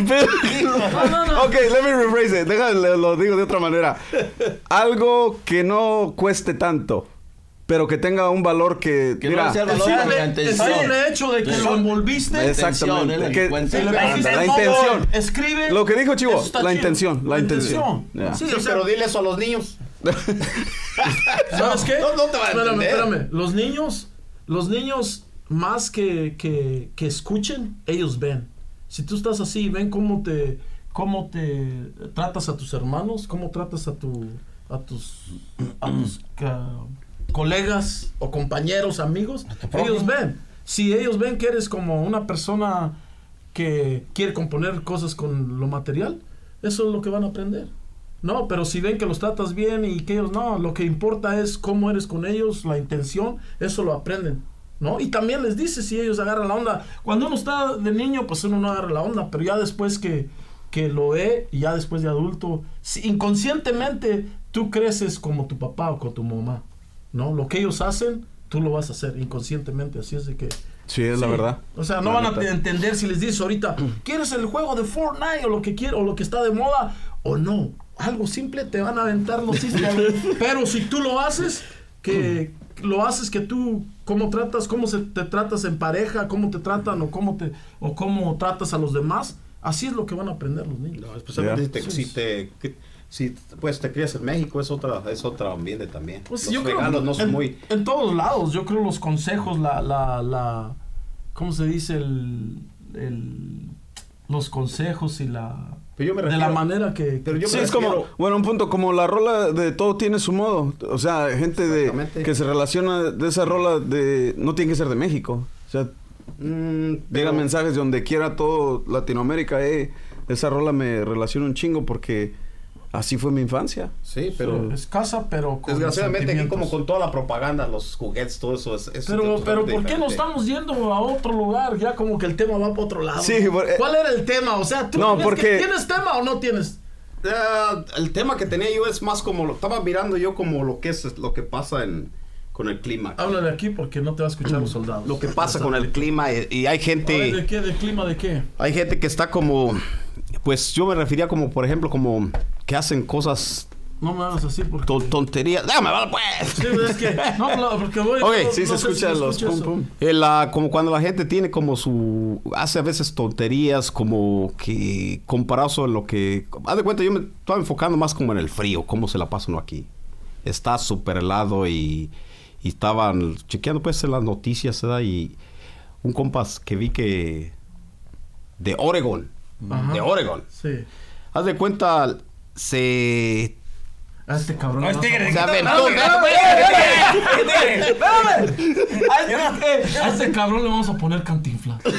A: no, no, no.
E: Ok, let me rephrase it. Déjame, lo- lo digo de otra manera. Algo que no cueste tanto, pero que tenga un valor que.
D: Que no
E: mira,
D: sea el
A: El
D: valor,
A: simple,
D: la
A: el
D: intención.
A: simple hecho de que
D: Sí.
A: lo envolviste.
E: Exacto. Exactamente.
D: Intención, es lo
E: Que-
D: eh, cuenta.
A: Si le pusiste
E: La
A: el nombre,
E: intención.
A: Escribe.
E: Lo que dijo Chivo,
A: eso está
E: la
A: chido.
E: intención, la intención. Ya.
A: Sí,
C: Sí,
A: o sea,
C: pero dile eso a los niños.
A: ¿Sabes qué?
C: No, no te va a
A: espérame,
C: entender.
A: espérame. Los niños, los niños más que, que, que escuchen, ellos ven. Si tú estás así, ven cómo te, cómo te tratas a tus hermanos, cómo tratas a, tu, a tus, a tus ca- colegas o compañeros, amigos. Ellos ven. Si ellos ven que eres como una persona que quiere componer cosas con lo material, eso es lo que van a aprender. No, pero si ven que los tratas bien y que ellos no, lo que importa es cómo eres con ellos, la intención, eso lo aprenden. ¿No? Y también les dices si ellos agarran la onda. Cuando uno está de niño, pues uno no agarra la onda, pero ya después que, que lo ve y ya después de adulto, si inconscientemente tú creces como tu papá o con tu mamá. ¿No? Lo que ellos hacen, tú lo vas a hacer inconscientemente. Así es de que
E: Sí, es la
A: Sí.
E: verdad.
A: O sea, no
E: La
A: van a
E: neta.
A: te- entender si les dices ahorita, ¿quieres el juego de Fortnite o lo que quiero, o lo que está de moda o no? Algo simple te van a aventar los chistes. Pero si tú lo haces, que lo haces que tú cómo tratas, cómo se, te tratas en pareja, cómo te tratan o cómo te o cómo tratas a los demás, así es lo que van a aprender los niños.
C: No, especialmente
E: Ya.
C: Pues, si, te, si te- si, pues te crías en México es otra es otro ambiente también.
A: Pues
C: Los
A: yo creo
C: regalos no son
A: en,
C: muy
A: en todos lados, yo creo los consejos, la, la, la ¿cómo se dice? El, el- los consejos y la
C: Pero yo me
A: de
C: refiero-
A: la manera que
C: Pero yo
E: sí,
C: me
E: es como,
C: refiero-
E: bueno, un punto, como la rola de todo tiene su modo. O sea, gente de,
C: Exactamente.
E: que se relaciona de esa rola de, no tiene que ser de México. O sea,
C: Mm, pero-
E: llegan mensajes de donde quiera todo Latinoamérica, eh, esa rola me relaciona un chingo porque así fue mi infancia.
C: Sí, pero
A: es casa, pero con
C: desgraciadamente aquí como
A: sentimientos.
C: con toda la propaganda, los juguetes, todo eso es, es
A: pero, pero
C: totalmente
A: ¿por qué no
C: diferente.
A: estamos yendo a otro lugar? Ya como que el tema va para otro lado.
E: Sí, por- eh.
A: ¿Cuál era el tema? O sea, ¿tú
E: No,
A: tenías que-
E: porque-
A: tienes tema o no tienes?
C: Eh, el tema que tenía yo es más como lo estaba mirando yo como lo que es lo que pasa en con el clima.
A: Háblale aquí porque no te va a escuchar los soldados.
C: Lo que pasa con el clima eh, y, hay
A: A ver, ¿De
C: gente
A: qué? ¿De clima? ¿De qué?
C: hay gente que está como pues yo me refería como por ejemplo como que hacen cosas
A: No me hagas así porque...
C: ton- tonterías. Déjame vale,
A: Sí,
C: pues.
A: es que... No, no, porque voy...
C: Ok,
A: no-
E: Sí,
A: no sé
E: se
A: si
E: escuchan los
A: escuchas
E: pum
A: eso.
E: pum.
C: Eh, la- como cuando la gente tiene como su hace a veces tonterías como que comparado a lo que haz de cuenta yo me estaba enfocando más como en el frío cómo se la pasa uno aquí está súper helado y, y estaban chequeando pues en las noticias ¿verdad? y un compas que vi que de Oregon
A: Ajá.
C: de Oregon
A: Sí.
C: haz de cuenta se
A: A este cabrón. no
B: No, este
A: sabe-
C: se aventó
A: A este cabrón le vamos a poner cantinflas.
C: es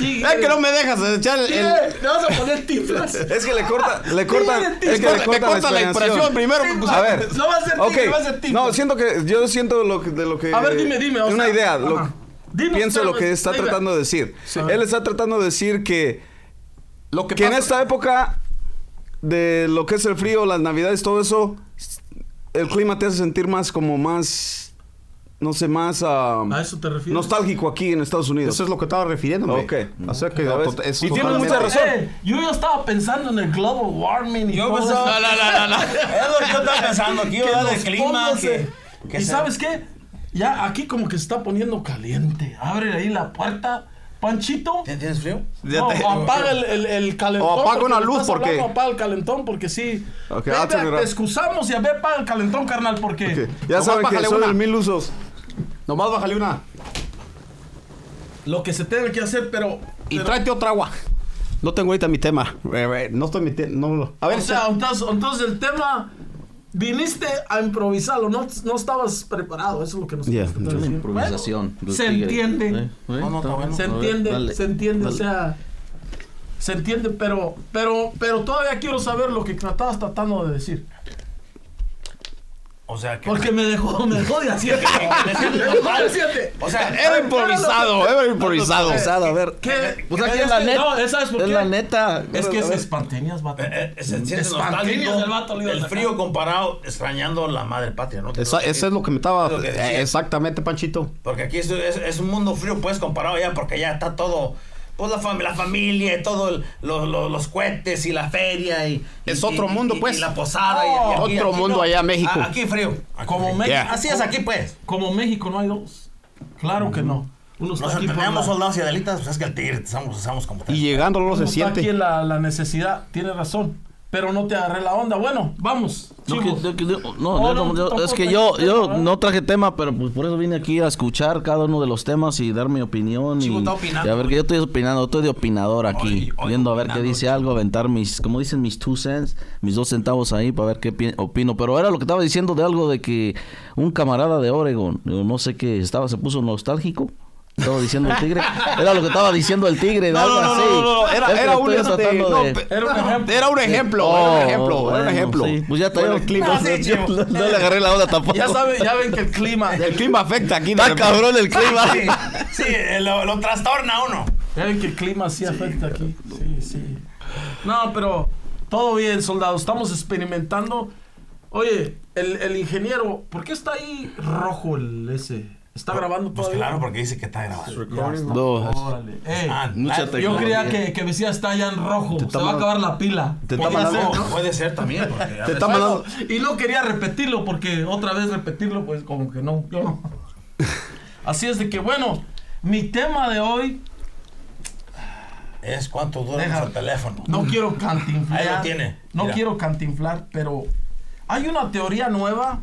C: que no me dejas echar el, el-
A: Le vamos a poner tinflas.
E: Es que le corta, le cortan, es que
C: Me
E: le cortan
C: corta la impresión primero. pues,
E: A ver.
A: No va a ser tigre,
E: Ok.
A: va a ser tigre.
E: No, siento que yo siento lo que, de lo que
A: A ver, dime, dime. o
E: una
A: sea,
E: idea, lo-
A: ajá. Dime
E: pienso
A: usted,
E: lo que está
A: dime.
E: tratando de decir.
A: Sí.
E: Él está tratando de decir que
C: Lo que,
E: que en
C: pasa-
E: esta época de lo que es el frío, las navidades, todo eso, el clima te hace sentir más como más, no sé, más ah,
A: ¿A eso te refieres?
E: nostálgico aquí en Estados Unidos.
C: Eso es lo que estaba refiriéndome.
E: Ok.
C: Acerca
E: Ya
C: de
E: ves.
C: tot- es
E: Y tienes
C: totalmente-
E: mucha razón.
A: Eh, yo ya estaba pensando en el global warming y
B: Yo pues,
A: todo
B: pensaba-
A: eso.
B: No, Es lo que yo estaba pensando, aquí
A: Que
B: iba a dar
A: nos
B: el clima.
A: pongas,
B: Que,
A: eh,
B: que
A: y
B: se-
A: sabes qué? Ya aquí como que se está poniendo caliente. Abre ahí la puerta. Panchito.
B: ¿Eh, ¿Tienes frío?
C: Ya
A: no,
C: te-
A: o apaga el, el- el calentón.
C: O apaga
A: porque
C: una
A: me
C: luz,
A: estás
C: porque-
A: hablando, Apaga el calentón porque sí.
E: Ok,
A: Ve,
E: ah,
A: ve,
E: señora.
A: te excusamos y a ver, apaga el calentón, carnal, porque...
E: Ok. Ya
C: Nomás
E: saben que
C: bájale
E: soy
C: una.
E: el mil usos.
C: Nomás bájale una.
A: Lo que se tiene que hacer, pero...
C: Y tráete otra agua. No tengo ahorita mi tema. Eh, eh, No estoy mi te- no lo- A ver,
A: O sea, entonces, entonces el tema... Viniste a improvisarlo, no, no estabas preparado, eso es lo que nos
C: Ya,
A: nos-
C: entonces,
A: nos-
D: Improvisación. Eh,
A: Bueno, pues, se entiende,
B: No, no, está bueno.
A: se entiende, se entiende, o sea... Se entiende, pero, pero, pero todavía quiero saber lo que estabas tratando de decir.
B: O sea, que...
A: Porque me dejó, me dejó de hacer.
B: Decirle
A: Me dejó de hacer.
B: O sea,
A: eh,
C: era improvisado, era improvisado.
D: Improvisado, a ver.
A: ¿Qué?
D: Pues aquí
A: Eh, Es
D: es la
A: que-
D: neta.
A: No, ¿sabes por
D: Es
A: qué?
D: la neta.
A: Es que
D: A
A: es
D: ver.
A: espanteñas, vato.
B: eh, eh, se siente
A: Espantillas del vato,
B: nostálgico
A: le iba a
B: el
A: sacar.
B: frío comparado extrañando la madre patria, ¿no?
C: Esa, esa es lo que me estaba.
B: Es lo que decía.
C: eh, exactamente, Panchito.
B: Porque aquí es, es- es un mundo frío, pues, comparado allá, porque ya está todo. Pues la, fam- la familia y todo, el- lo- lo- los cohetes y la feria y.
C: Es
B: y-
C: otro
B: y-
C: mundo,
B: y-
C: pues.
B: Y la posada. y- y aquí-
C: Otro
B: aquí
C: mundo allá, México.
B: A- aquí frío. Aquí
A: Como
B: frío.
A: México.
B: Así es aquí, pues.
A: Como México no hay dos. Claro que no. Uno está
B: Nosotros
A: aquí por
B: teníamos
A: la-
B: soldados y adelitas, pues es que el tigre usamos, usamos como tal.
C: Y llegando no
A: uno
C: se
A: está aquí
C: siente.
A: la, la necesidad. Tiene razón. pero no te agarré la onda. Bueno, vamos.
D: No,
A: chicos.
D: que- que- que- no,
A: Oh,
D: no,
A: no,
D: no, yo-
A: tampoco
D: es que
A: traje
D: yo,
A: tema,
D: yo
A: ¿verdad?
D: no traje tema, pero pues por eso vine aquí a escuchar cada uno de los temas y dar mi opinión.
A: Chico,
D: Y,
A: está opinando.
D: y a ver, que yo estoy opinando, estoy de opinador aquí,
A: Oye, oye,
D: viendo a ver qué
A: opinando,
D: dice algo, aventar mis, como dicen, mis two cents, mis dos centavos ahí para ver qué pi- opino. Pero era lo que estaba diciendo de algo de que un camarada de Oregon, yo no sé qué, estaba, se puso nostálgico. Estaba diciendo el tigre. Era lo que estaba diciendo el tigre. de
C: No,
D: algo
C: no, no,
D: así.
C: no, no, no, era-
D: Es que
C: era
D: estoy
C: un, este,
D: tratando
C: no,
D: de-
C: pe-
A: Era un ejemplo.
C: Era un ejemplo, era un ejemplo,
D: Oh,
C: era un
D: bueno,
C: ejemplo.
D: sí. Pues ya te
C: Bueno, el clima.
A: No, sí, chivo.
D: no, no le agarré la onda tampoco.
A: Ya saben, ya ven que el clima.
C: El clima afecta aquí. de
D: Está
C: repente.
D: cabrón el ¿eh? clima.
B: Ah, Sí, sí, lo, lo trastorna uno.
A: Ya ven que el clima sí afecta aquí. Sí, sí. No, pero todo bien, soldado. Estamos experimentando. Oye, el, el ingeniero, ¿por qué está ahí rojo el ese? ¿Está grabando
B: Pues
A: todavía?
B: claro, porque dice que está grabado.
A: Ya está.
D: No, es-
A: Órale. Ey,
B: Ah,
D: Mucha
B: ah,
A: yo
D: tecnología.
A: creía que, que decía está ya en rojo. Se
C: está
A: va a
C: mal-
A: acabar la pila.
C: Te está
B: Puede
C: mandando-
B: ser, puede ser también. Porque a
C: Te
B: veces-
C: está mandando.
A: Y no quería repetirlo porque otra vez repetirlo, pues como que no. yo no. Así es de que, bueno, mi tema de hoy,
B: es cuánto dura
A: Deja.
B: el teléfono.
A: no quiero cantinflar.
B: Mm. Ahí lo tiene,
A: No
B: mira.
A: quiero cantinflar, pero hay una teoría nueva.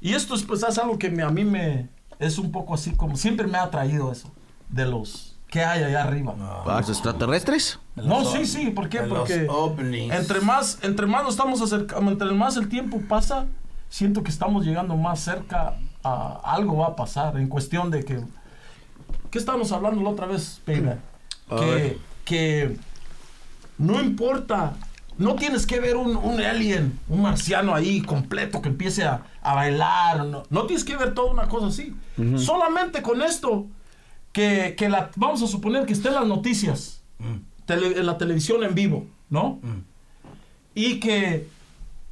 A: Y esto es pues es algo que me- a mí me es un poco así como siempre me ha atraído eso de los que hay allá arriba.
D: ¿A ¿Los extraterrestres?
A: No, sí, sí, ¿por qué?
B: de los
A: Porque
B: ovnis.
A: entre más, entre más nos estamos acercando, entre más el tiempo pasa, siento que estamos llegando más cerca a algo va a pasar en cuestión de que ¿Qué estábamos hablando la otra vez, Peina?
E: A
A: Que,
E: ver.
A: que no importa, no tienes que ver un, un alien, un marciano ahí completo que empiece a, a bailar, no, no tienes que ver toda una cosa así. Solamente con esto, que, que la, vamos a suponer que esté en las noticias, tele- en la televisión en vivo, ¿no?
B: Mm.
A: Y que,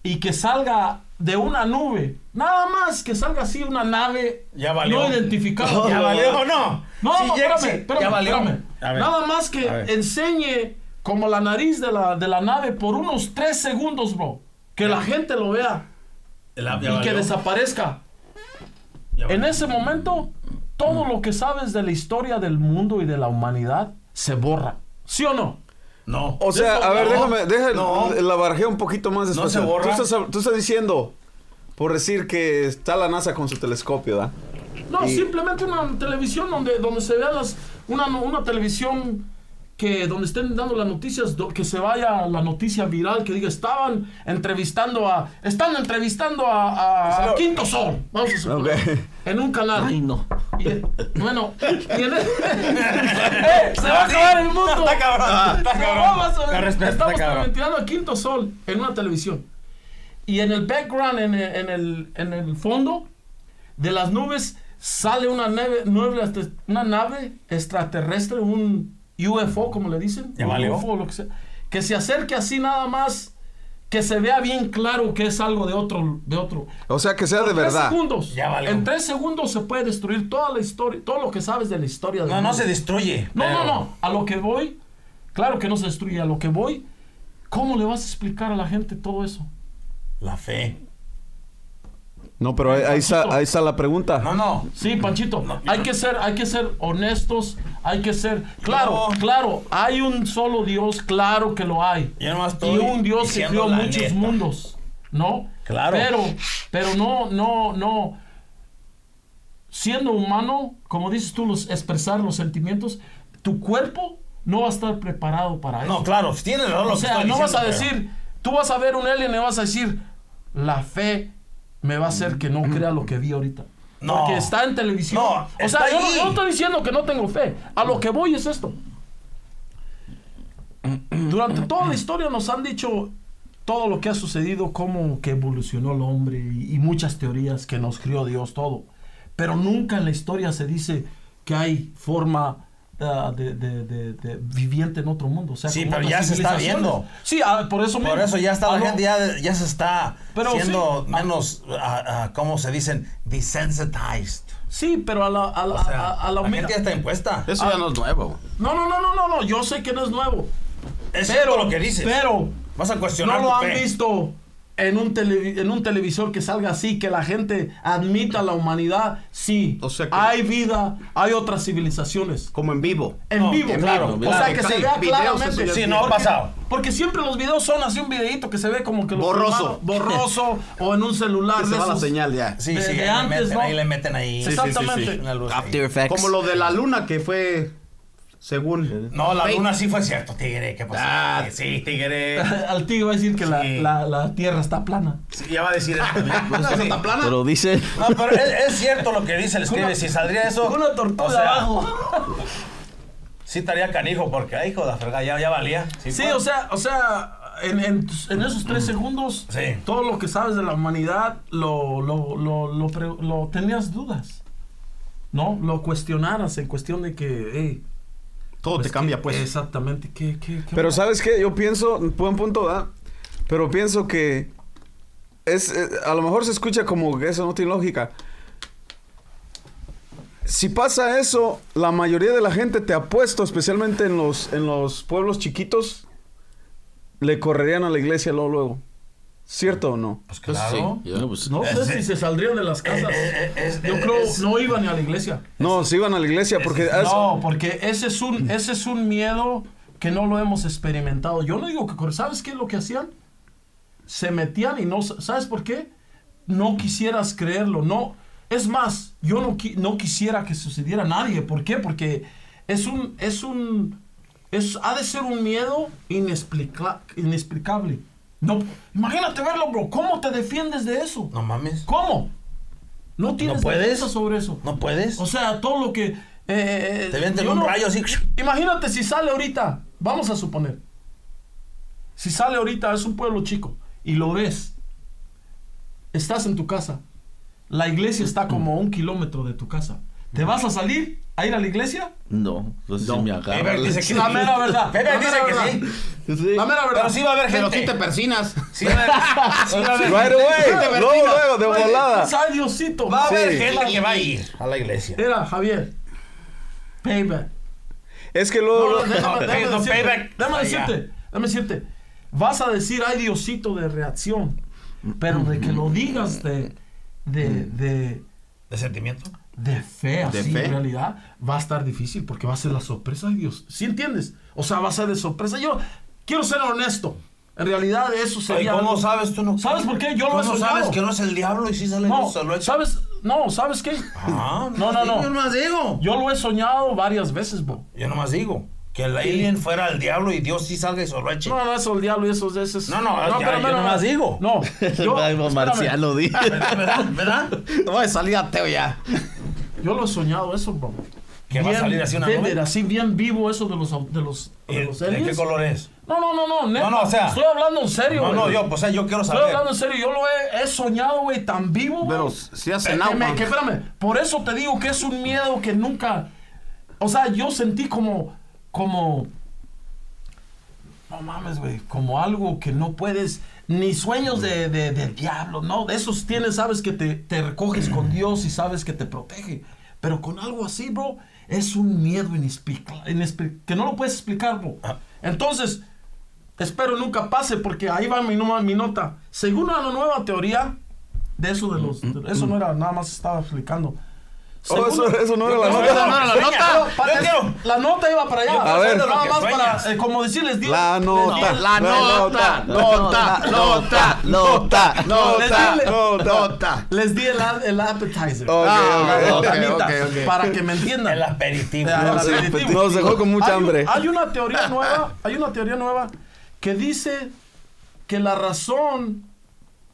A: y que salga de una nube, nada más que salga así una nave
B: Ya valió.
A: no identificada.
B: ¿Ya valió o no?
A: No,
B: Sí,
A: no,
B: ya-
A: espérame,
B: sí,
A: espérame,
B: ya valió.
A: espérame.
B: A ver.
A: Nada más que
B: A ver.
A: enseñe como la nariz de la, de la nave por unos tres segundos, bro. Que la gente lo vea
B: El app ya
A: y que
B: valió.
A: desaparezca.
B: Ya
A: En
B: valió.
A: ese momento, todo
B: Mm.
A: lo que sabes de la historia del mundo y de la humanidad se borra. ¿Sí o no?
B: No.
E: O sea,
A: Eso
E: a ver,
A: no,
E: déjame, déjame,
B: no.
E: la barajé un poquito más despacio.
B: se borra.
E: Tú estás, tú estás diciendo, por decir que está la NASA con su telescopio, ¿verdad?
A: No,
E: Y-
A: simplemente una televisión donde, donde se vean las. Una, una televisión que donde estén dando las noticias, do- que se vaya la noticia viral, que diga, estaban entrevistando a. Están entrevistando a, a- a Quinto Sol. Vamos a suponer.
E: Pues Ok.
A: En un canal.
D: Ay, no.
A: Y- bueno, y en- ¡Eh! se va a acabar el mundo.
B: Está cabrón, está
A: No,
B: cabrón.
A: vamos a ver.
B: Te respeto, está
A: Estamos
B: cabrón.
A: transmitiendo a Quinto Sol en una televisión. Y en el background, en el, en el, en el fondo de las nubes, sale una nave, nube- una nave extraterrestre, un UFO, como le dicen.
B: Ya
A: un
B: valió.
A: UFO, lo que sea. Que se acerque así nada más, que se vea bien claro que es algo de otro, de otro.
E: O sea, que sea de
A: En tres
E: verdad.
A: segundos.
B: Ya valió.
A: En tres segundos se puede destruir toda la historia, todo lo que sabes de la historia. del
B: No, no
A: mundo.
B: se destruye.
A: No,
B: pero-
A: no, no. A lo que voy, claro que no se destruye. A lo que voy, ¿cómo le vas a explicar a la gente todo eso?
B: La fe.
E: No, pero ahí, ahí está, ahí está la pregunta.
B: No, no.
A: Sí, Panchito, hay que ser, hay que ser honestos, hay que ser, claro,
B: No.
A: claro, hay un solo Dios, claro que lo hay.
B: Yo nomás
A: Y
B: estoy
A: un Dios que
B: diciendo
A: creó
B: la
A: muchos
B: neta.
A: mundos, ¿no?
B: Claro.
A: Pero, pero no, no, no. Siendo humano, como dices tú, los, expresar los sentimientos, tu cuerpo no va a estar preparado para eso.
B: No, claro, tiene razón lo
A: O
B: que
A: sea,
B: estoy
A: no vas a
B: diciendo, pero-
A: decir, tú vas a ver un alien y me vas a decir, la fe me va a hacer que no crea lo que vi ahorita.
B: No.
A: Porque está en televisión.
B: No,
A: o
B: está
A: sea, yo no,
B: ahí.
A: yo no estoy diciendo que no tengo fe. A lo que voy es esto. Durante toda la historia nos han dicho todo lo que ha sucedido, cómo que evolucionó el hombre y, y muchas teorías que nos crió Dios, todo. Pero nunca en la historia se dice que hay forma ah, de, de- de- de viviente en otro mundo. O sea,
B: Sí,
A: con
B: pero
A: otras
B: ya se está
A: civilizaciones.
B: viendo.
A: Sí, ah, por eso
B: Por
A: mismo.
B: eso ya está
A: Ah,
B: la
A: no.
B: gente, ya, ya se está
A: Pero
B: siendo menos, ah, ah, ¿cómo se dicen? Desensitized.
A: Sí, pero a la, a la,
B: O sea,
A: a- a la
B: la
A: humildad-
B: gente ya está impuesta. Es,
C: Eso ya no es nuevo.
A: No, no, no, no, no, no, yo sé que no es nuevo.
B: es
A: Pero
B: cierto lo que dices.
A: Pero
B: vas a cuestionar
A: no lo
B: tu
A: han
B: fe.
A: visto en un, televi- en un televisor que salga así, que la gente admita a la humanidad, sí,
C: O sea que-
A: hay vida, hay otras civilizaciones.
C: Como en vivo.
A: En
B: No,
A: vivo,
B: en
A: claro.
B: vivo,
A: o sea,
B: claro.
A: que
C: Sí,
A: se vea
C: videos, eso
A: claramente.
C: ya
B: Sí, no,
A: Porque-
B: pasado.
A: Porque siempre los videos son así un videito que se ve como que lo
C: Borroso.
A: filmaron, borroso o en un celular.
C: Que se
A: de
C: va la
A: esos.
C: señal ya.
B: Sí,
A: De-
B: sí,
A: de
B: ahí,
A: antes,
B: le meten,
A: ¿no?
B: ahí le meten ahí.
A: Sí, sí, sí, sí. Exactamente.
B: Una luz
D: After
B: ahí.
D: Effects.
C: Como lo de la luna que fue, según...
B: No, la
C: Fake.
B: luna sí fue cierto, tigre. ¿Qué pasó?
C: Ah.
B: Sí, tigre.
A: Al tío va a decir que la,
B: Sí.
A: la- la tierra está plana.
B: Sí, ya va a decir eso también.
C: No, esa está plana.
D: Pero dice,
B: No, pero es, es cierto lo que dice el escribe. Si saldría eso.
A: Con una tortuga
B: o sea,
A: abajo.
B: Sí estaría canijo, porque ay, hijo de la fregada, ya, ya valía.
A: Sí,
B: fue.
A: o sea, o sea, en, en tus- en esos tres segundos,
B: Mm. Sí.
A: todo lo que sabes de la humanidad lo, lo, lo, lo, pre- lo tenías dudas. ¿No? Lo cuestionaras en cuestión de que, hey,
C: Todo
A: pues,
C: te cambia,
A: ¿qué-
C: pues.
A: Exactamente. ¿qué, qué, qué
E: Pero
A: onda?
E: sabes qué, yo pienso, buen punto, ¿verdad? Pero pienso que es, eh, a lo mejor se escucha como que eso no tiene lógica. Si pasa eso, la mayoría de la gente te apuesto, especialmente en los, en los pueblos chiquitos, le correrían a la iglesia luego, luego. ¿Cierto o no?
B: Pues
D: pues sí,
B: claro.
D: yo, pues,
A: No sé si se saldrían de las casas.
B: eh, eh,
A: Yo
B: eh,
A: creo
B: es-
A: no iban ni a la iglesia.
E: No, se iban a la iglesia porque... eso-
A: No, porque ese es un ese es un miedo que no lo hemos experimentado. Yo no digo que sabes qué es lo que hacían. Se metían y no sabes por qué no quisieras creerlo. No, es más, yo no qui- no quisiera que sucediera a nadie. ¿Por qué? Porque es un es un es ha de ser un miedo inexplica- inexplicable. No, imagínate verlo, bro. ¿Cómo te defiendes de eso?
B: No mames.
A: ¿Cómo? No tienes
B: puedes.
A: defensa sobre eso.
B: No puedes.
A: O sea, todo lo que. eh, eh,
B: Te venden
A: yo
B: un
A: no-
B: rayo así.
A: Imagínate si sale ahorita, vamos a suponer. Si sale ahorita, es un pueblo chico, y lo ves. Estás en tu casa. La iglesia está como a un kilómetro de tu casa. ¿Te vas a salir a ir a la iglesia?
D: no, pues sí me agarra.
B: Bebé dice que
A: La mera verdad.
B: Bebé
A: La
B: dice
A: mera
B: que
A: verdad.
B: sí.
D: Sí.
A: La mera verdad.
B: Pero sí va a haber gente.
C: Pero sí te persinas.
B: Sí va a haber, sí va a haber
E: Right
B: gente.
E: away, luego, luego, de
A: Oye,
E: volada.
A: ay, Diosito.
B: Va a haber
E: Sí.
B: gente que va a ir a la iglesia.
A: Era, Javier. Payback.
E: Es que luego...
A: No,
E: luego-
A: déjame, déjame
B: No,
A: decirte,
B: payback.
A: déjame
B: Ah,
A: decirte, déjame decirte. Vas a decir, ay Diosito, de reacción. Pero de que lo digas de, de, de,
B: ¿De sentimiento?
A: de fe, así
C: fe?
A: en realidad, va a estar difícil porque va a ser la sorpresa de Dios. ¿Sí entiendes? O sea, va a ser de sorpresa. Yo quiero ser honesto. En realidad, eso
B: ¿Y
A: sería.
B: cómo
A: algo-
B: sabes tú no?
A: ¿Sabes por qué? Yo lo he
B: ¿Cómo
A: soñado.
B: sabes que no es el diablo y sí sale
A: No,
B: luz? Se lo he hecho.
A: ¿sabes? No, ¿sabes qué?
B: Ah,
A: No, no, no.
B: Yo nomás digo.
A: Yo lo he soñado varias veces, bro.
B: Yo nomás digo. Que el alien fuera el diablo y Dios sí salga y se lo eche.
A: No, no, eso el diablo y esos esos.
B: No, no, ya, yo nomás digo.
A: No, yo, espérame,
D: Marciano, di.
B: ¿Verdad? ¿Verdad?
C: No voy a salir ateo ya.
A: yo lo he soñado eso, bro.
B: Que va a salir así una
A: vivid,
B: nube.
A: así bien vivo eso de los au- de los de los
B: ¿De qué
A: aliens.
B: color es?
A: No, no, no, no, neta,
B: no, o sea-
A: estoy hablando en serio.
B: No, no,
A: güey.
B: yo, pues, o sea, yo quiero
A: Estoy
B: saber.
A: hablando en serio, yo lo he, he soñado, güey, tan vivo. güey.
C: Pero si has
A: Que
C: cenado,
A: Eh, me-
C: man.
A: que espérame, por eso te digo que es un miedo que nunca. O sea, yo sentí como. como. No mames, güey. Como algo que no puedes. Ni sueños de, de- del diablo, ¿no? De esos tienes, sabes que te, te recoges
C: Mm.
A: con Dios y sabes que te protege. Pero con algo así, bro, es un miedo inexplicable. que no lo puedes explicar, bro.
C: Ah.
A: Entonces, Espero nunca pase porque ahí va mi, noma- mi nota. Según una nueva teoría, de eso de los... de- eso no era, nada más estaba explicando.
E: Mm, Oh,
A: Según-
E: eso, eso no era la
B: Yo
E: nota.
B: quiero saber
C: la
B: lo que
C: nota.
B: sueña.
A: Pa-
B: Yo quiero.
A: la nota iba para allá.
E: A ver.
A: nada
B: Lo
A: más
B: que sueñas.
A: para, eh, como decirles... di-
E: La
A: les di-
E: nota.
C: La nota, nota, nota, nota, nota, nota. Ah,
A: Les di el, ad- el appetizer.
E: Ok,
A: la
E: ok,
A: botanita,
C: ok, ok.
A: Para que me entiendan.
B: El aperitivo.
A: Ya,
E: Nos
A: el
E: dejó-
A: aperitivo.
E: nos pues, dejó con mucha
A: Hay un-
E: hambre.
A: Hay una teoría nueva, hay una teoría nueva que dice que la razón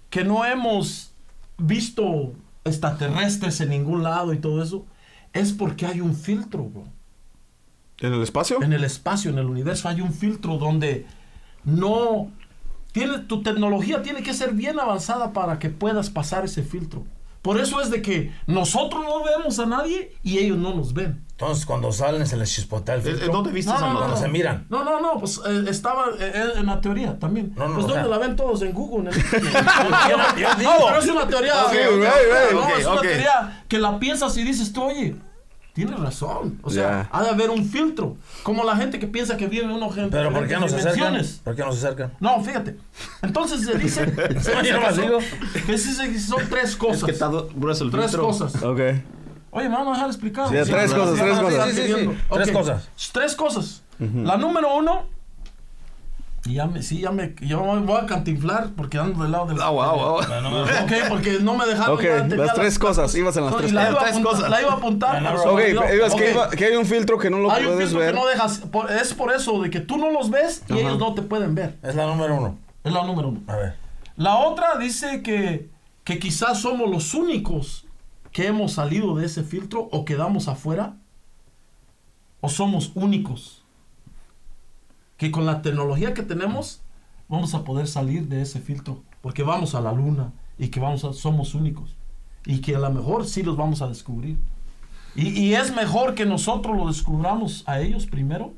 A: que no hemos visto extraterrestres en ningún lado y todo eso es porque hay un filtro, bro.
E: ¿En el espacio?
A: En el espacio, en el universo hay un filtro donde no tiene tu tecnología tiene que ser bien avanzada para que puedas pasar ese filtro. Por eso es de que nosotros no vemos a nadie y ellos no nos ven.
B: Entonces, cuando salen, se les chispota el filtro.
C: Eh, ¿Dónde viste
A: No,
C: esa
A: no, no,
B: Cuando
A: no.
B: se
C: nota?
B: miran.
A: No, no, no, pues eh, estaba eh, eh, en la teoría también.
B: No, no,
A: pues
B: o
A: ¿dónde
B: sea-
A: la ven todos? En Google, en el
B: Yo, yo
A: No,
B: digo.
A: pero es una teoría.
C: Ok,
A: eh,
C: ok,
A: no,
C: ok,
A: es una
C: ok.
A: teoría que la piensas y dices tú, oye, Tienes razón. O sea,
E: Ya.
A: ha de haber un filtro. Como la gente que piensa que vive en una gente.
B: Pero ¿por qué nos acercan? ¿Por qué nos acercan?
A: No, fíjate. Entonces se dice. se dice
B: Yo nomás
A: que
B: digo.
A: son, que sí se- son tres cosas.
C: Es que está do- grueso el
A: tres
C: filtro.
A: cosas.
E: Ok.
A: Oye, me van a dejar explicar.
E: Sí, tres
A: no,
E: cosas,
A: no,
E: tres
A: no,
E: cosas.
A: sí, sí, sí. Ok.
B: Tres cosas.
A: Tres cosas. La número uno. y Ya me, sí, ya me, yo me voy a cantinflar porque ando del lado del.
C: Agua, agua, agua.
B: La número
A: Ok, porque no me dejaron.
E: Ah, Ok,
A: ya tenía
E: las tres cosas. Ibas en las
A: No, y
E: tres
A: la
E: cosas.
A: iba, a
C: Tres
A: apuntar-
C: cosas.
A: la iba a apuntar.
B: La
A: pero se
E: Ok,
A: me olvidó.
E: ibas que,
A: Ok.
E: iba- que hay un filtro que no lo
A: Hay un
E: puedes
A: filtro
E: ver.
A: que no dejas. por- es por eso de que tú no los ves y ellos no te pueden ver.
B: Es la número uno.
A: Es la número uno.
B: A ver.
A: La otra dice que, que quizás somos los únicos que hemos salido de ese filtro o quedamos afuera. O somos únicos. Que con la tecnología que tenemos vamos a poder salir de ese filtro. Porque vamos a la luna y que vamos a, somos únicos. Y que a lo mejor sí los vamos a descubrir. Y, y es mejor que nosotros lo descubramos a ellos primero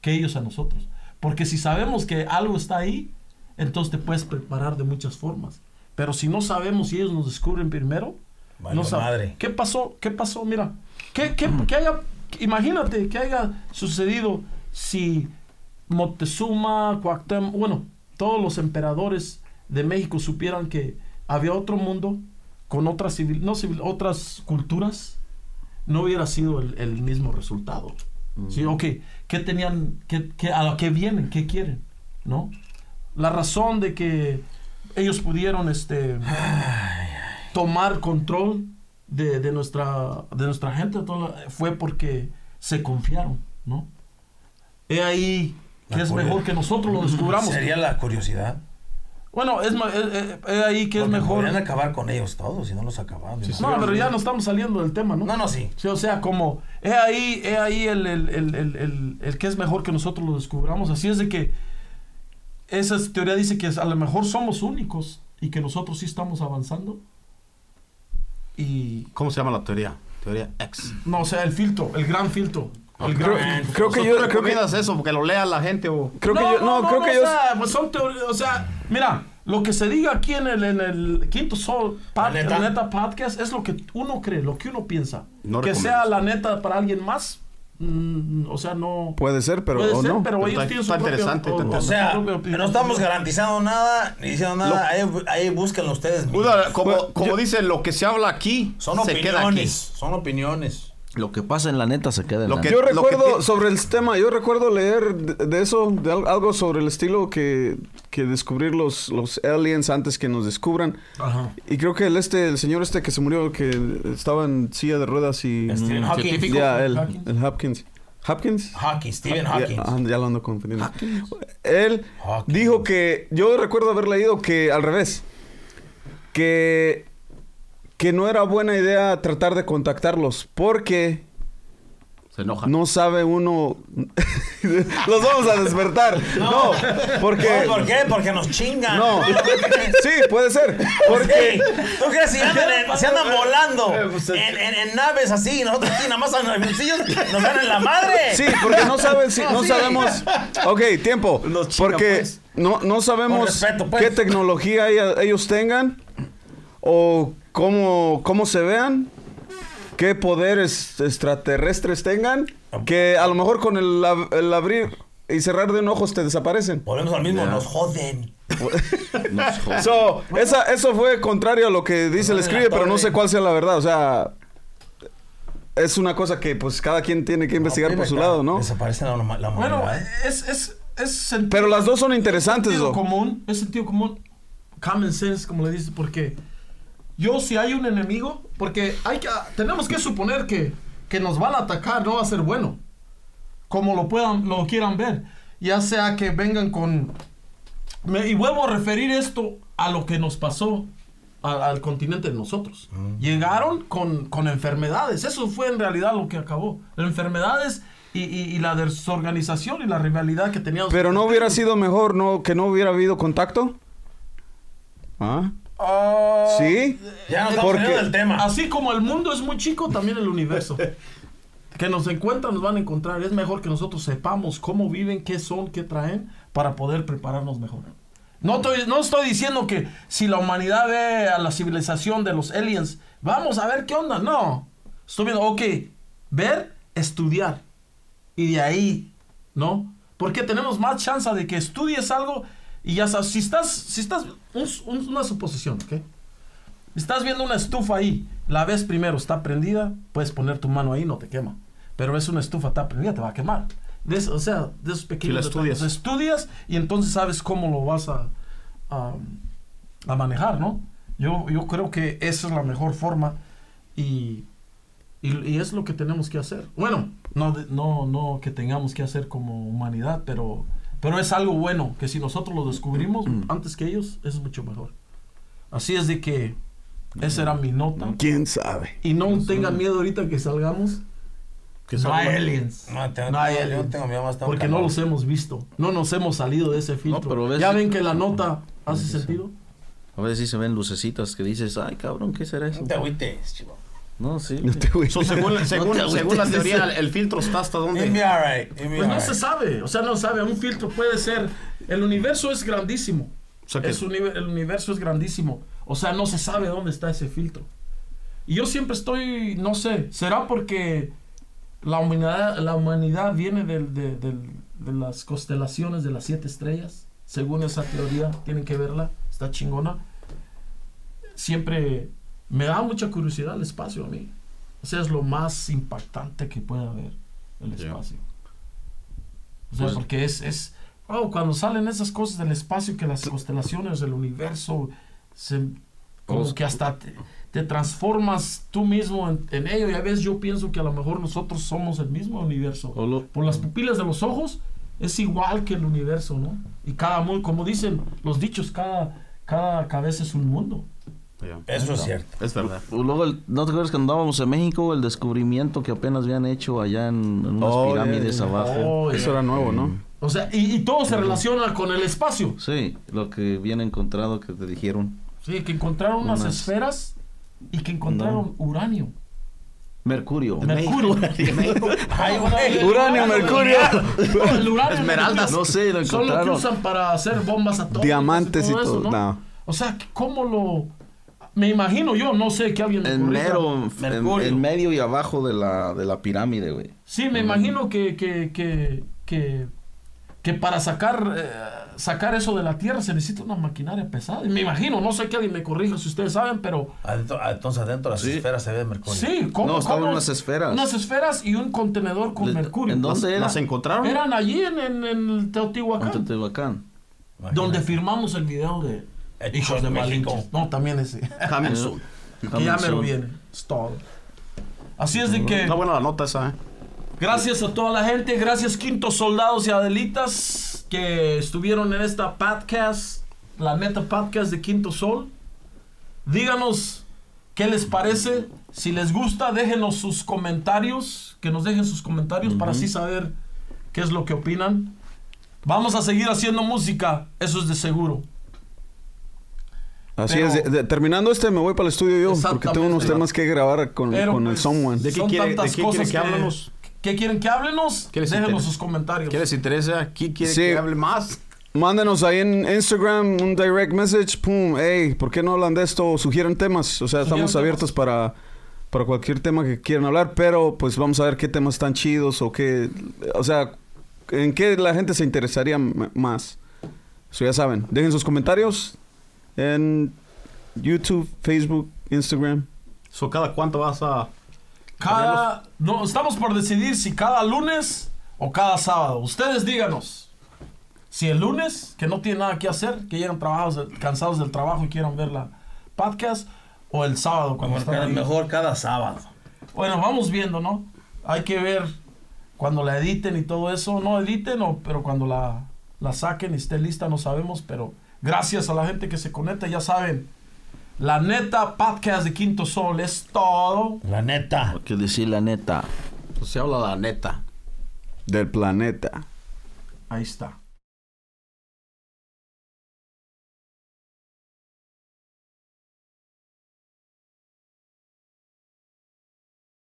A: que ellos a nosotros. Porque si sabemos que algo está ahí, entonces te puedes preparar de muchas formas. Pero si no sabemos si ellos nos descubren primero,
B: Vale,
A: no sab-
B: madre.
A: ¿Qué pasó? ¿Qué pasó? Mira, ¿qué, qué- qué haya, imagínate que haya sucedido si Moctezuma, Cuauhtémoc, bueno, todos los emperadores de México supieran que había otro mundo con otras civil, no civil, otras culturas, no hubiera sido el, el mismo resultado. Sí, ok, ¿qué tenían, qué, qué- a qué vienen, qué quieren, no? La razón de que ellos pudieron, este, tomar control de, de nuestra, de nuestra gente todo lo- fue porque se confiaron, ¿no? He ahí que
B: La
A: es
B: curia.
A: mejor que nosotros lo descubramos.
B: Sería la curiosidad.
A: Bueno, es, ma- he- he- he ahí que es
B: Porque
A: mejor.
B: Podrían acabar con ellos todos si no los acabamos.
A: No, pero ya no estamos saliendo del tema, ¿no?
B: No, no, sí.
A: Sí, o sea, como he ahí, he ahí el, el, el- el- el- el que es mejor que nosotros lo descubramos. Así es de que esa es- teoría dice que a lo mejor somos únicos y que nosotros sí estamos avanzando. Y
C: ¿Cómo se llama la teoría? Teoría X.
A: no, o sea, el filtro, el gran filtro. El gran
E: Creo,
A: filtro.
E: creo que yo.
C: ¿Tú
E: Creo que,
C: recomiendas eso? Porque lo lea la gente o...
E: creo que yo. No, creo que
A: o
E: yo.
A: sea, pues son teorías, o sea, mira, lo que se diga aquí en el, en el Quinto Sol pod- la
B: La neta.
A: neta. Podcast es lo que uno cree, lo que uno piensa.
C: No
A: que
C: recomiendo.
A: sea la neta para alguien más, mm, o sea, no...
E: Puede ser, pero.
A: Puede
E: o
A: ser,
E: no.
A: pero
C: Pero
A: ellos
C: está-
A: tienen su
C: está
A: propia-
C: interesante, está
B: O
C: interesante.
B: sea,
A: su propia opinión.
B: no estamos garantizando nada ni diciendo nada. Ahí, ahí busquen ustedes mismos.
C: Una- como
E: Bueno,
C: como
E: yo-
C: dicen, lo que se habla aquí
B: Son
C: se queda aquí.
B: opiniones. Son opiniones.
D: Lo que pasa en la neta se queda en
C: Lo
D: la
C: que-
E: Yo
C: lo
E: recuerdo
C: ti-
E: sobre el tema, yo recuerdo leer de, de eso, de al- algo sobre el estilo que, que descubrir los, los aliens antes que nos descubran.
A: Ajá.
E: Y creo que el este, el señor este que se murió, que estaba en silla de ruedas y...
B: Stephen
C: Mm,
B: Hawking.
C: científico.
E: Ya, él,
A: Hopkins.
E: el Hopkins. ¿Hopkins?
B: Hawking, Stephen
E: Ya,
B: Hawking.
E: ah, ya lo ando confundiendo. Él
B: Hawking.
E: dijo que... Yo recuerdo haber leído que al revés. Que... Que no era buena idea tratar de contactarlos porque
C: Se enoja.
E: no sabe uno. Los vamos a despertar. No, porque.
B: No, ¿Por qué? Porque nos chingan.
E: No. Sí, puede ser.
B: Porque
E: Porque.
B: tú crees si andan, en- si andan volando en, en- en naves así, y nosotros aquí nada más en los bolsillos nos dan en la madre.
E: Sí, porque no saben si. No
B: Sí.
E: sabemos. Ok, tiempo.
C: Nos chinga,
E: Porque
C: pues.
E: no, no
B: Con
E: sabemos
B: respeto, pues.
E: qué tecnología ella- ellos tengan o cómo, cómo se vean. Qué poderes extraterrestres tengan. Que a lo mejor con el, ab- el abrir y cerrar de un ojo te desaparecen.
B: Volvemos al mismo, nos joden.
E: So, esa, eso fue contrario a lo que dice el
B: Bueno,
E: escribe,
B: la
E: pero no
B: torre.
E: sé cuál sea la verdad. O sea, es una cosa que pues cada quien tiene que investigar por su lado, ¿no?
B: Desaparece la, huma- la
A: Bueno, eh,
B: humanidad.
A: es, es, es sentido,
E: Pero las dos son interesantes,
A: sentido
E: ¿no?
A: común, es sentido común, common sense, como le dices, porque yo si hay un enemigo, porque hay que, ah, tenemos que suponer que, que nos van a atacar, no va a ser bueno, como lo puedan, lo quieran ver, ya sea que vengan con Me- y vuelvo a referir esto a lo que nos pasó a- al continente de nosotros.
E: Ah.
A: Llegaron con, con enfermedades. Eso fue en realidad lo que acabó. Enfermedades y, y- y la desorganización y la rivalidad que teníamos.
E: Pero no hubiera sido mejor no que no hubiera habido contacto. ¿Ah?
A: Ah,
E: ¿Sí?
B: ya
A: eh,
B: nos estamos
E: porque-
B: saliendo del tema.
A: Así como el mundo es muy chico, también el universo. Que nos encuentran, nos van a encontrar. Es mejor que nosotros sepamos cómo viven, qué son, qué traen, para poder prepararnos mejor. No estoy, no estoy diciendo que si la humanidad ve a la civilización de los aliens, vamos a ver qué onda. No. Estoy viendo, ok, ver, estudiar. Y de ahí, ¿no? Porque tenemos más chance de que estudies algo y ya sabes, si estás, si estás, un- un- una suposición, ¿ok? Estás viendo una estufa ahí, la ves primero, está prendida, puedes poner tu mano ahí, no te quema. Pero ves una estufa, está prendida, te va a quemar. De eso- o sea, de esos pequeños
F: la
A: detalles.
F: estudias.
A: Estudias y entonces sabes cómo lo vas a, a, a manejar, ¿no? Yo, yo creo que esa es la mejor forma y, y, y es lo que tenemos que hacer. Bueno, no, de- no, no que tengamos que hacer como humanidad, pero, pero es algo bueno, que si nosotros lo descubrimos antes que ellos, es mucho mejor. Así es de que esa era mi nota.
E: ¿Quién sabe?
A: Y no tengan miedo ahorita que salgamos.
F: Que
A: no
F: son-
A: hay aliens.
B: No, tengo,
A: No hay
B: yo
A: aliens.
B: tengo miedo, hasta un
A: Porque no
B: calor.
A: los hemos visto. No nos hemos salido de ese filtro.
D: pero ves-
A: ya ven que la nota hace sentido.
D: A veces sí se ven lucecitas que dices, ay cabrón, ¿qué será eso?
B: No te agüites, chivo.
D: No, sí.
E: No te voy
F: So, según, según,
D: agüites.
F: según la teoría, el, el filtro está hasta
B: It'll be
F: donde.
B: alright. it'll be
A: Pues no
B: alright.
A: se sabe. O sea, no sabe. Un filtro puede ser. El universo es grandísimo.
F: O sea, que
A: Es un nive- el universo es grandísimo. O sea, no se sabe dónde está ese filtro. Y yo siempre estoy, no sé, ¿será porque la humanidad, la humanidad viene del- de, del- de las constelaciones de las siete estrellas? Según esa teoría, tienen que verla, está chingona. Siempre me da mucha curiosidad el espacio a mí. O sea, es lo más impactante que puede haber, el
F: Ya.
A: espacio. O sea, porque es, es oh, cuando salen esas cosas del espacio, que las constelaciones del universo, se, como que hasta te, te transformas tú mismo en, en ello. Y a veces yo pienso que a lo mejor nosotros somos el mismo universo.
D: O lo-
A: Por las pupilas de los ojos es igual que el universo, ¿no? Y cada mundo, como dicen los dichos, cada, cada cabeza es un mundo.
F: Ya.
B: Eso es cierto.
F: Es verdad.
D: O Pues Luego, el- ¿no te acuerdas que andábamos en México? El descubrimiento que apenas habían hecho allá en, en unas
E: Oh, ya,
D: pirámides
E: ya, ya.
D: abajo.
A: Oh,
E: Eso era nuevo, ¿no?
A: O sea, y, y todo se relaciona con el espacio.
D: Sí, lo que viene encontrado que te dijeron.
A: Sí, que encontraron unas
D: Unas-
A: esferas y que encontraron uranio.
D: Mercurio.
A: Mercurio.
B: Ay, güey.
E: Uranio, mercurio.
A: No, el uranio,
F: Esmeraldas.
D: No sé, lo
A: Son los que
D: encontraron.
A: usan para hacer bombas atómicas.
E: Diamantes y
A: todo eso, ¿no?
E: todo. No.
A: O sea, que ¿cómo lo.? Me imagino yo, no sé que alguien. me
D: En
A: corrija.
D: mero, en,
B: Mercurio.
D: en medio y abajo de la, de la pirámide, güey.
A: Sí, me imagino que. que, que, que que para sacar eh, sacar eso de la tierra se necesita una maquinaria pesada. Y Me imagino, no sé que alguien me corrija si ustedes saben, pero
B: Adentro- ah, Entonces adentro de las
D: Sí.
B: esferas se ve mercurio.
A: sí, ¿cómo?
D: No, estaban
A: cómo-
D: unas esferas.
A: Unas esferas y un contenedor con
D: Le-
A: mercurio.
D: ¿En dónde era?
F: ¿Las encontraron?
A: Eran allí en, en, en
D: En
A: Teotihuacán.
D: Teotihuacán.
B: Imagínate.
A: Donde firmamos el video de
B: Hechos
A: Hijos de
B: en México.
A: Malinches. No, también ese.
F: Hamilton.
A: que ya me lo viene. Es todo. Así es de que
F: Está buena la nota esa, ¿eh?
A: gracias a toda la gente, gracias Quintos Soldados y Adelitas que estuvieron en esta podcast, la neta podcast de Quinto Sol. Díganos qué les parece, si les gusta, déjenos sus comentarios, que nos dejen sus comentarios para así saber qué es lo que opinan. Vamos a seguir haciendo música, eso es de seguro.
E: Así
A: Pero-
E: es. de- de- terminando este, me voy para el estudio yo. Porque tengo unos
A: Exactamente.
E: temas que grabar con,
A: Pero,
E: con el
A: pues,
E: Someone.
F: ¿De qué
A: son
F: quiere- de
A: tantas
F: qué
A: cosas
F: quiere que háblanos?
A: ¿Qué quieren que háblenos?
F: ¿Qué les
A: Déjenos
F: interesa?
A: sus comentarios.
F: ¿Qué les interesa? ¿Quién quiere
E: Sí.
F: que hable más?
E: Mándenos ahí en Instagram un direct message. Pum, hey, ¿por qué no hablan de esto? Sugieren temas. O sea, estamos
A: temas.
E: abiertos para, para cualquier tema que quieran hablar. Pero pues vamos a ver qué temas están chidos o qué. O sea, en qué la gente se interesaría m- más. Eso ya saben. Dejen sus comentarios en YouTube, Facebook, Instagram.
F: So, ¿Cada cuánto vas a...?
A: Cada, no, estamos por decidir si cada lunes o cada sábado. Ustedes díganos. Si el lunes, que no tienen nada que hacer, que llegan trabajados, cansados del trabajo y quieran ver la podcast, o el sábado cuando
B: Mejor
A: están
B: cada-
A: ahí.
B: mejor cada sábado.
A: Bueno, vamos viendo, ¿no? Hay que ver cuando la editen y todo eso. No editen, o, pero cuando la, la saquen y esté lista, no sabemos. Pero gracias a la gente que se conecta, ya saben. La neta podcast de Quinto Sol es todo.
B: La neta.
D: Que decir la neta.
F: Pues se habla la neta.
E: Del planeta.
A: Ahí está.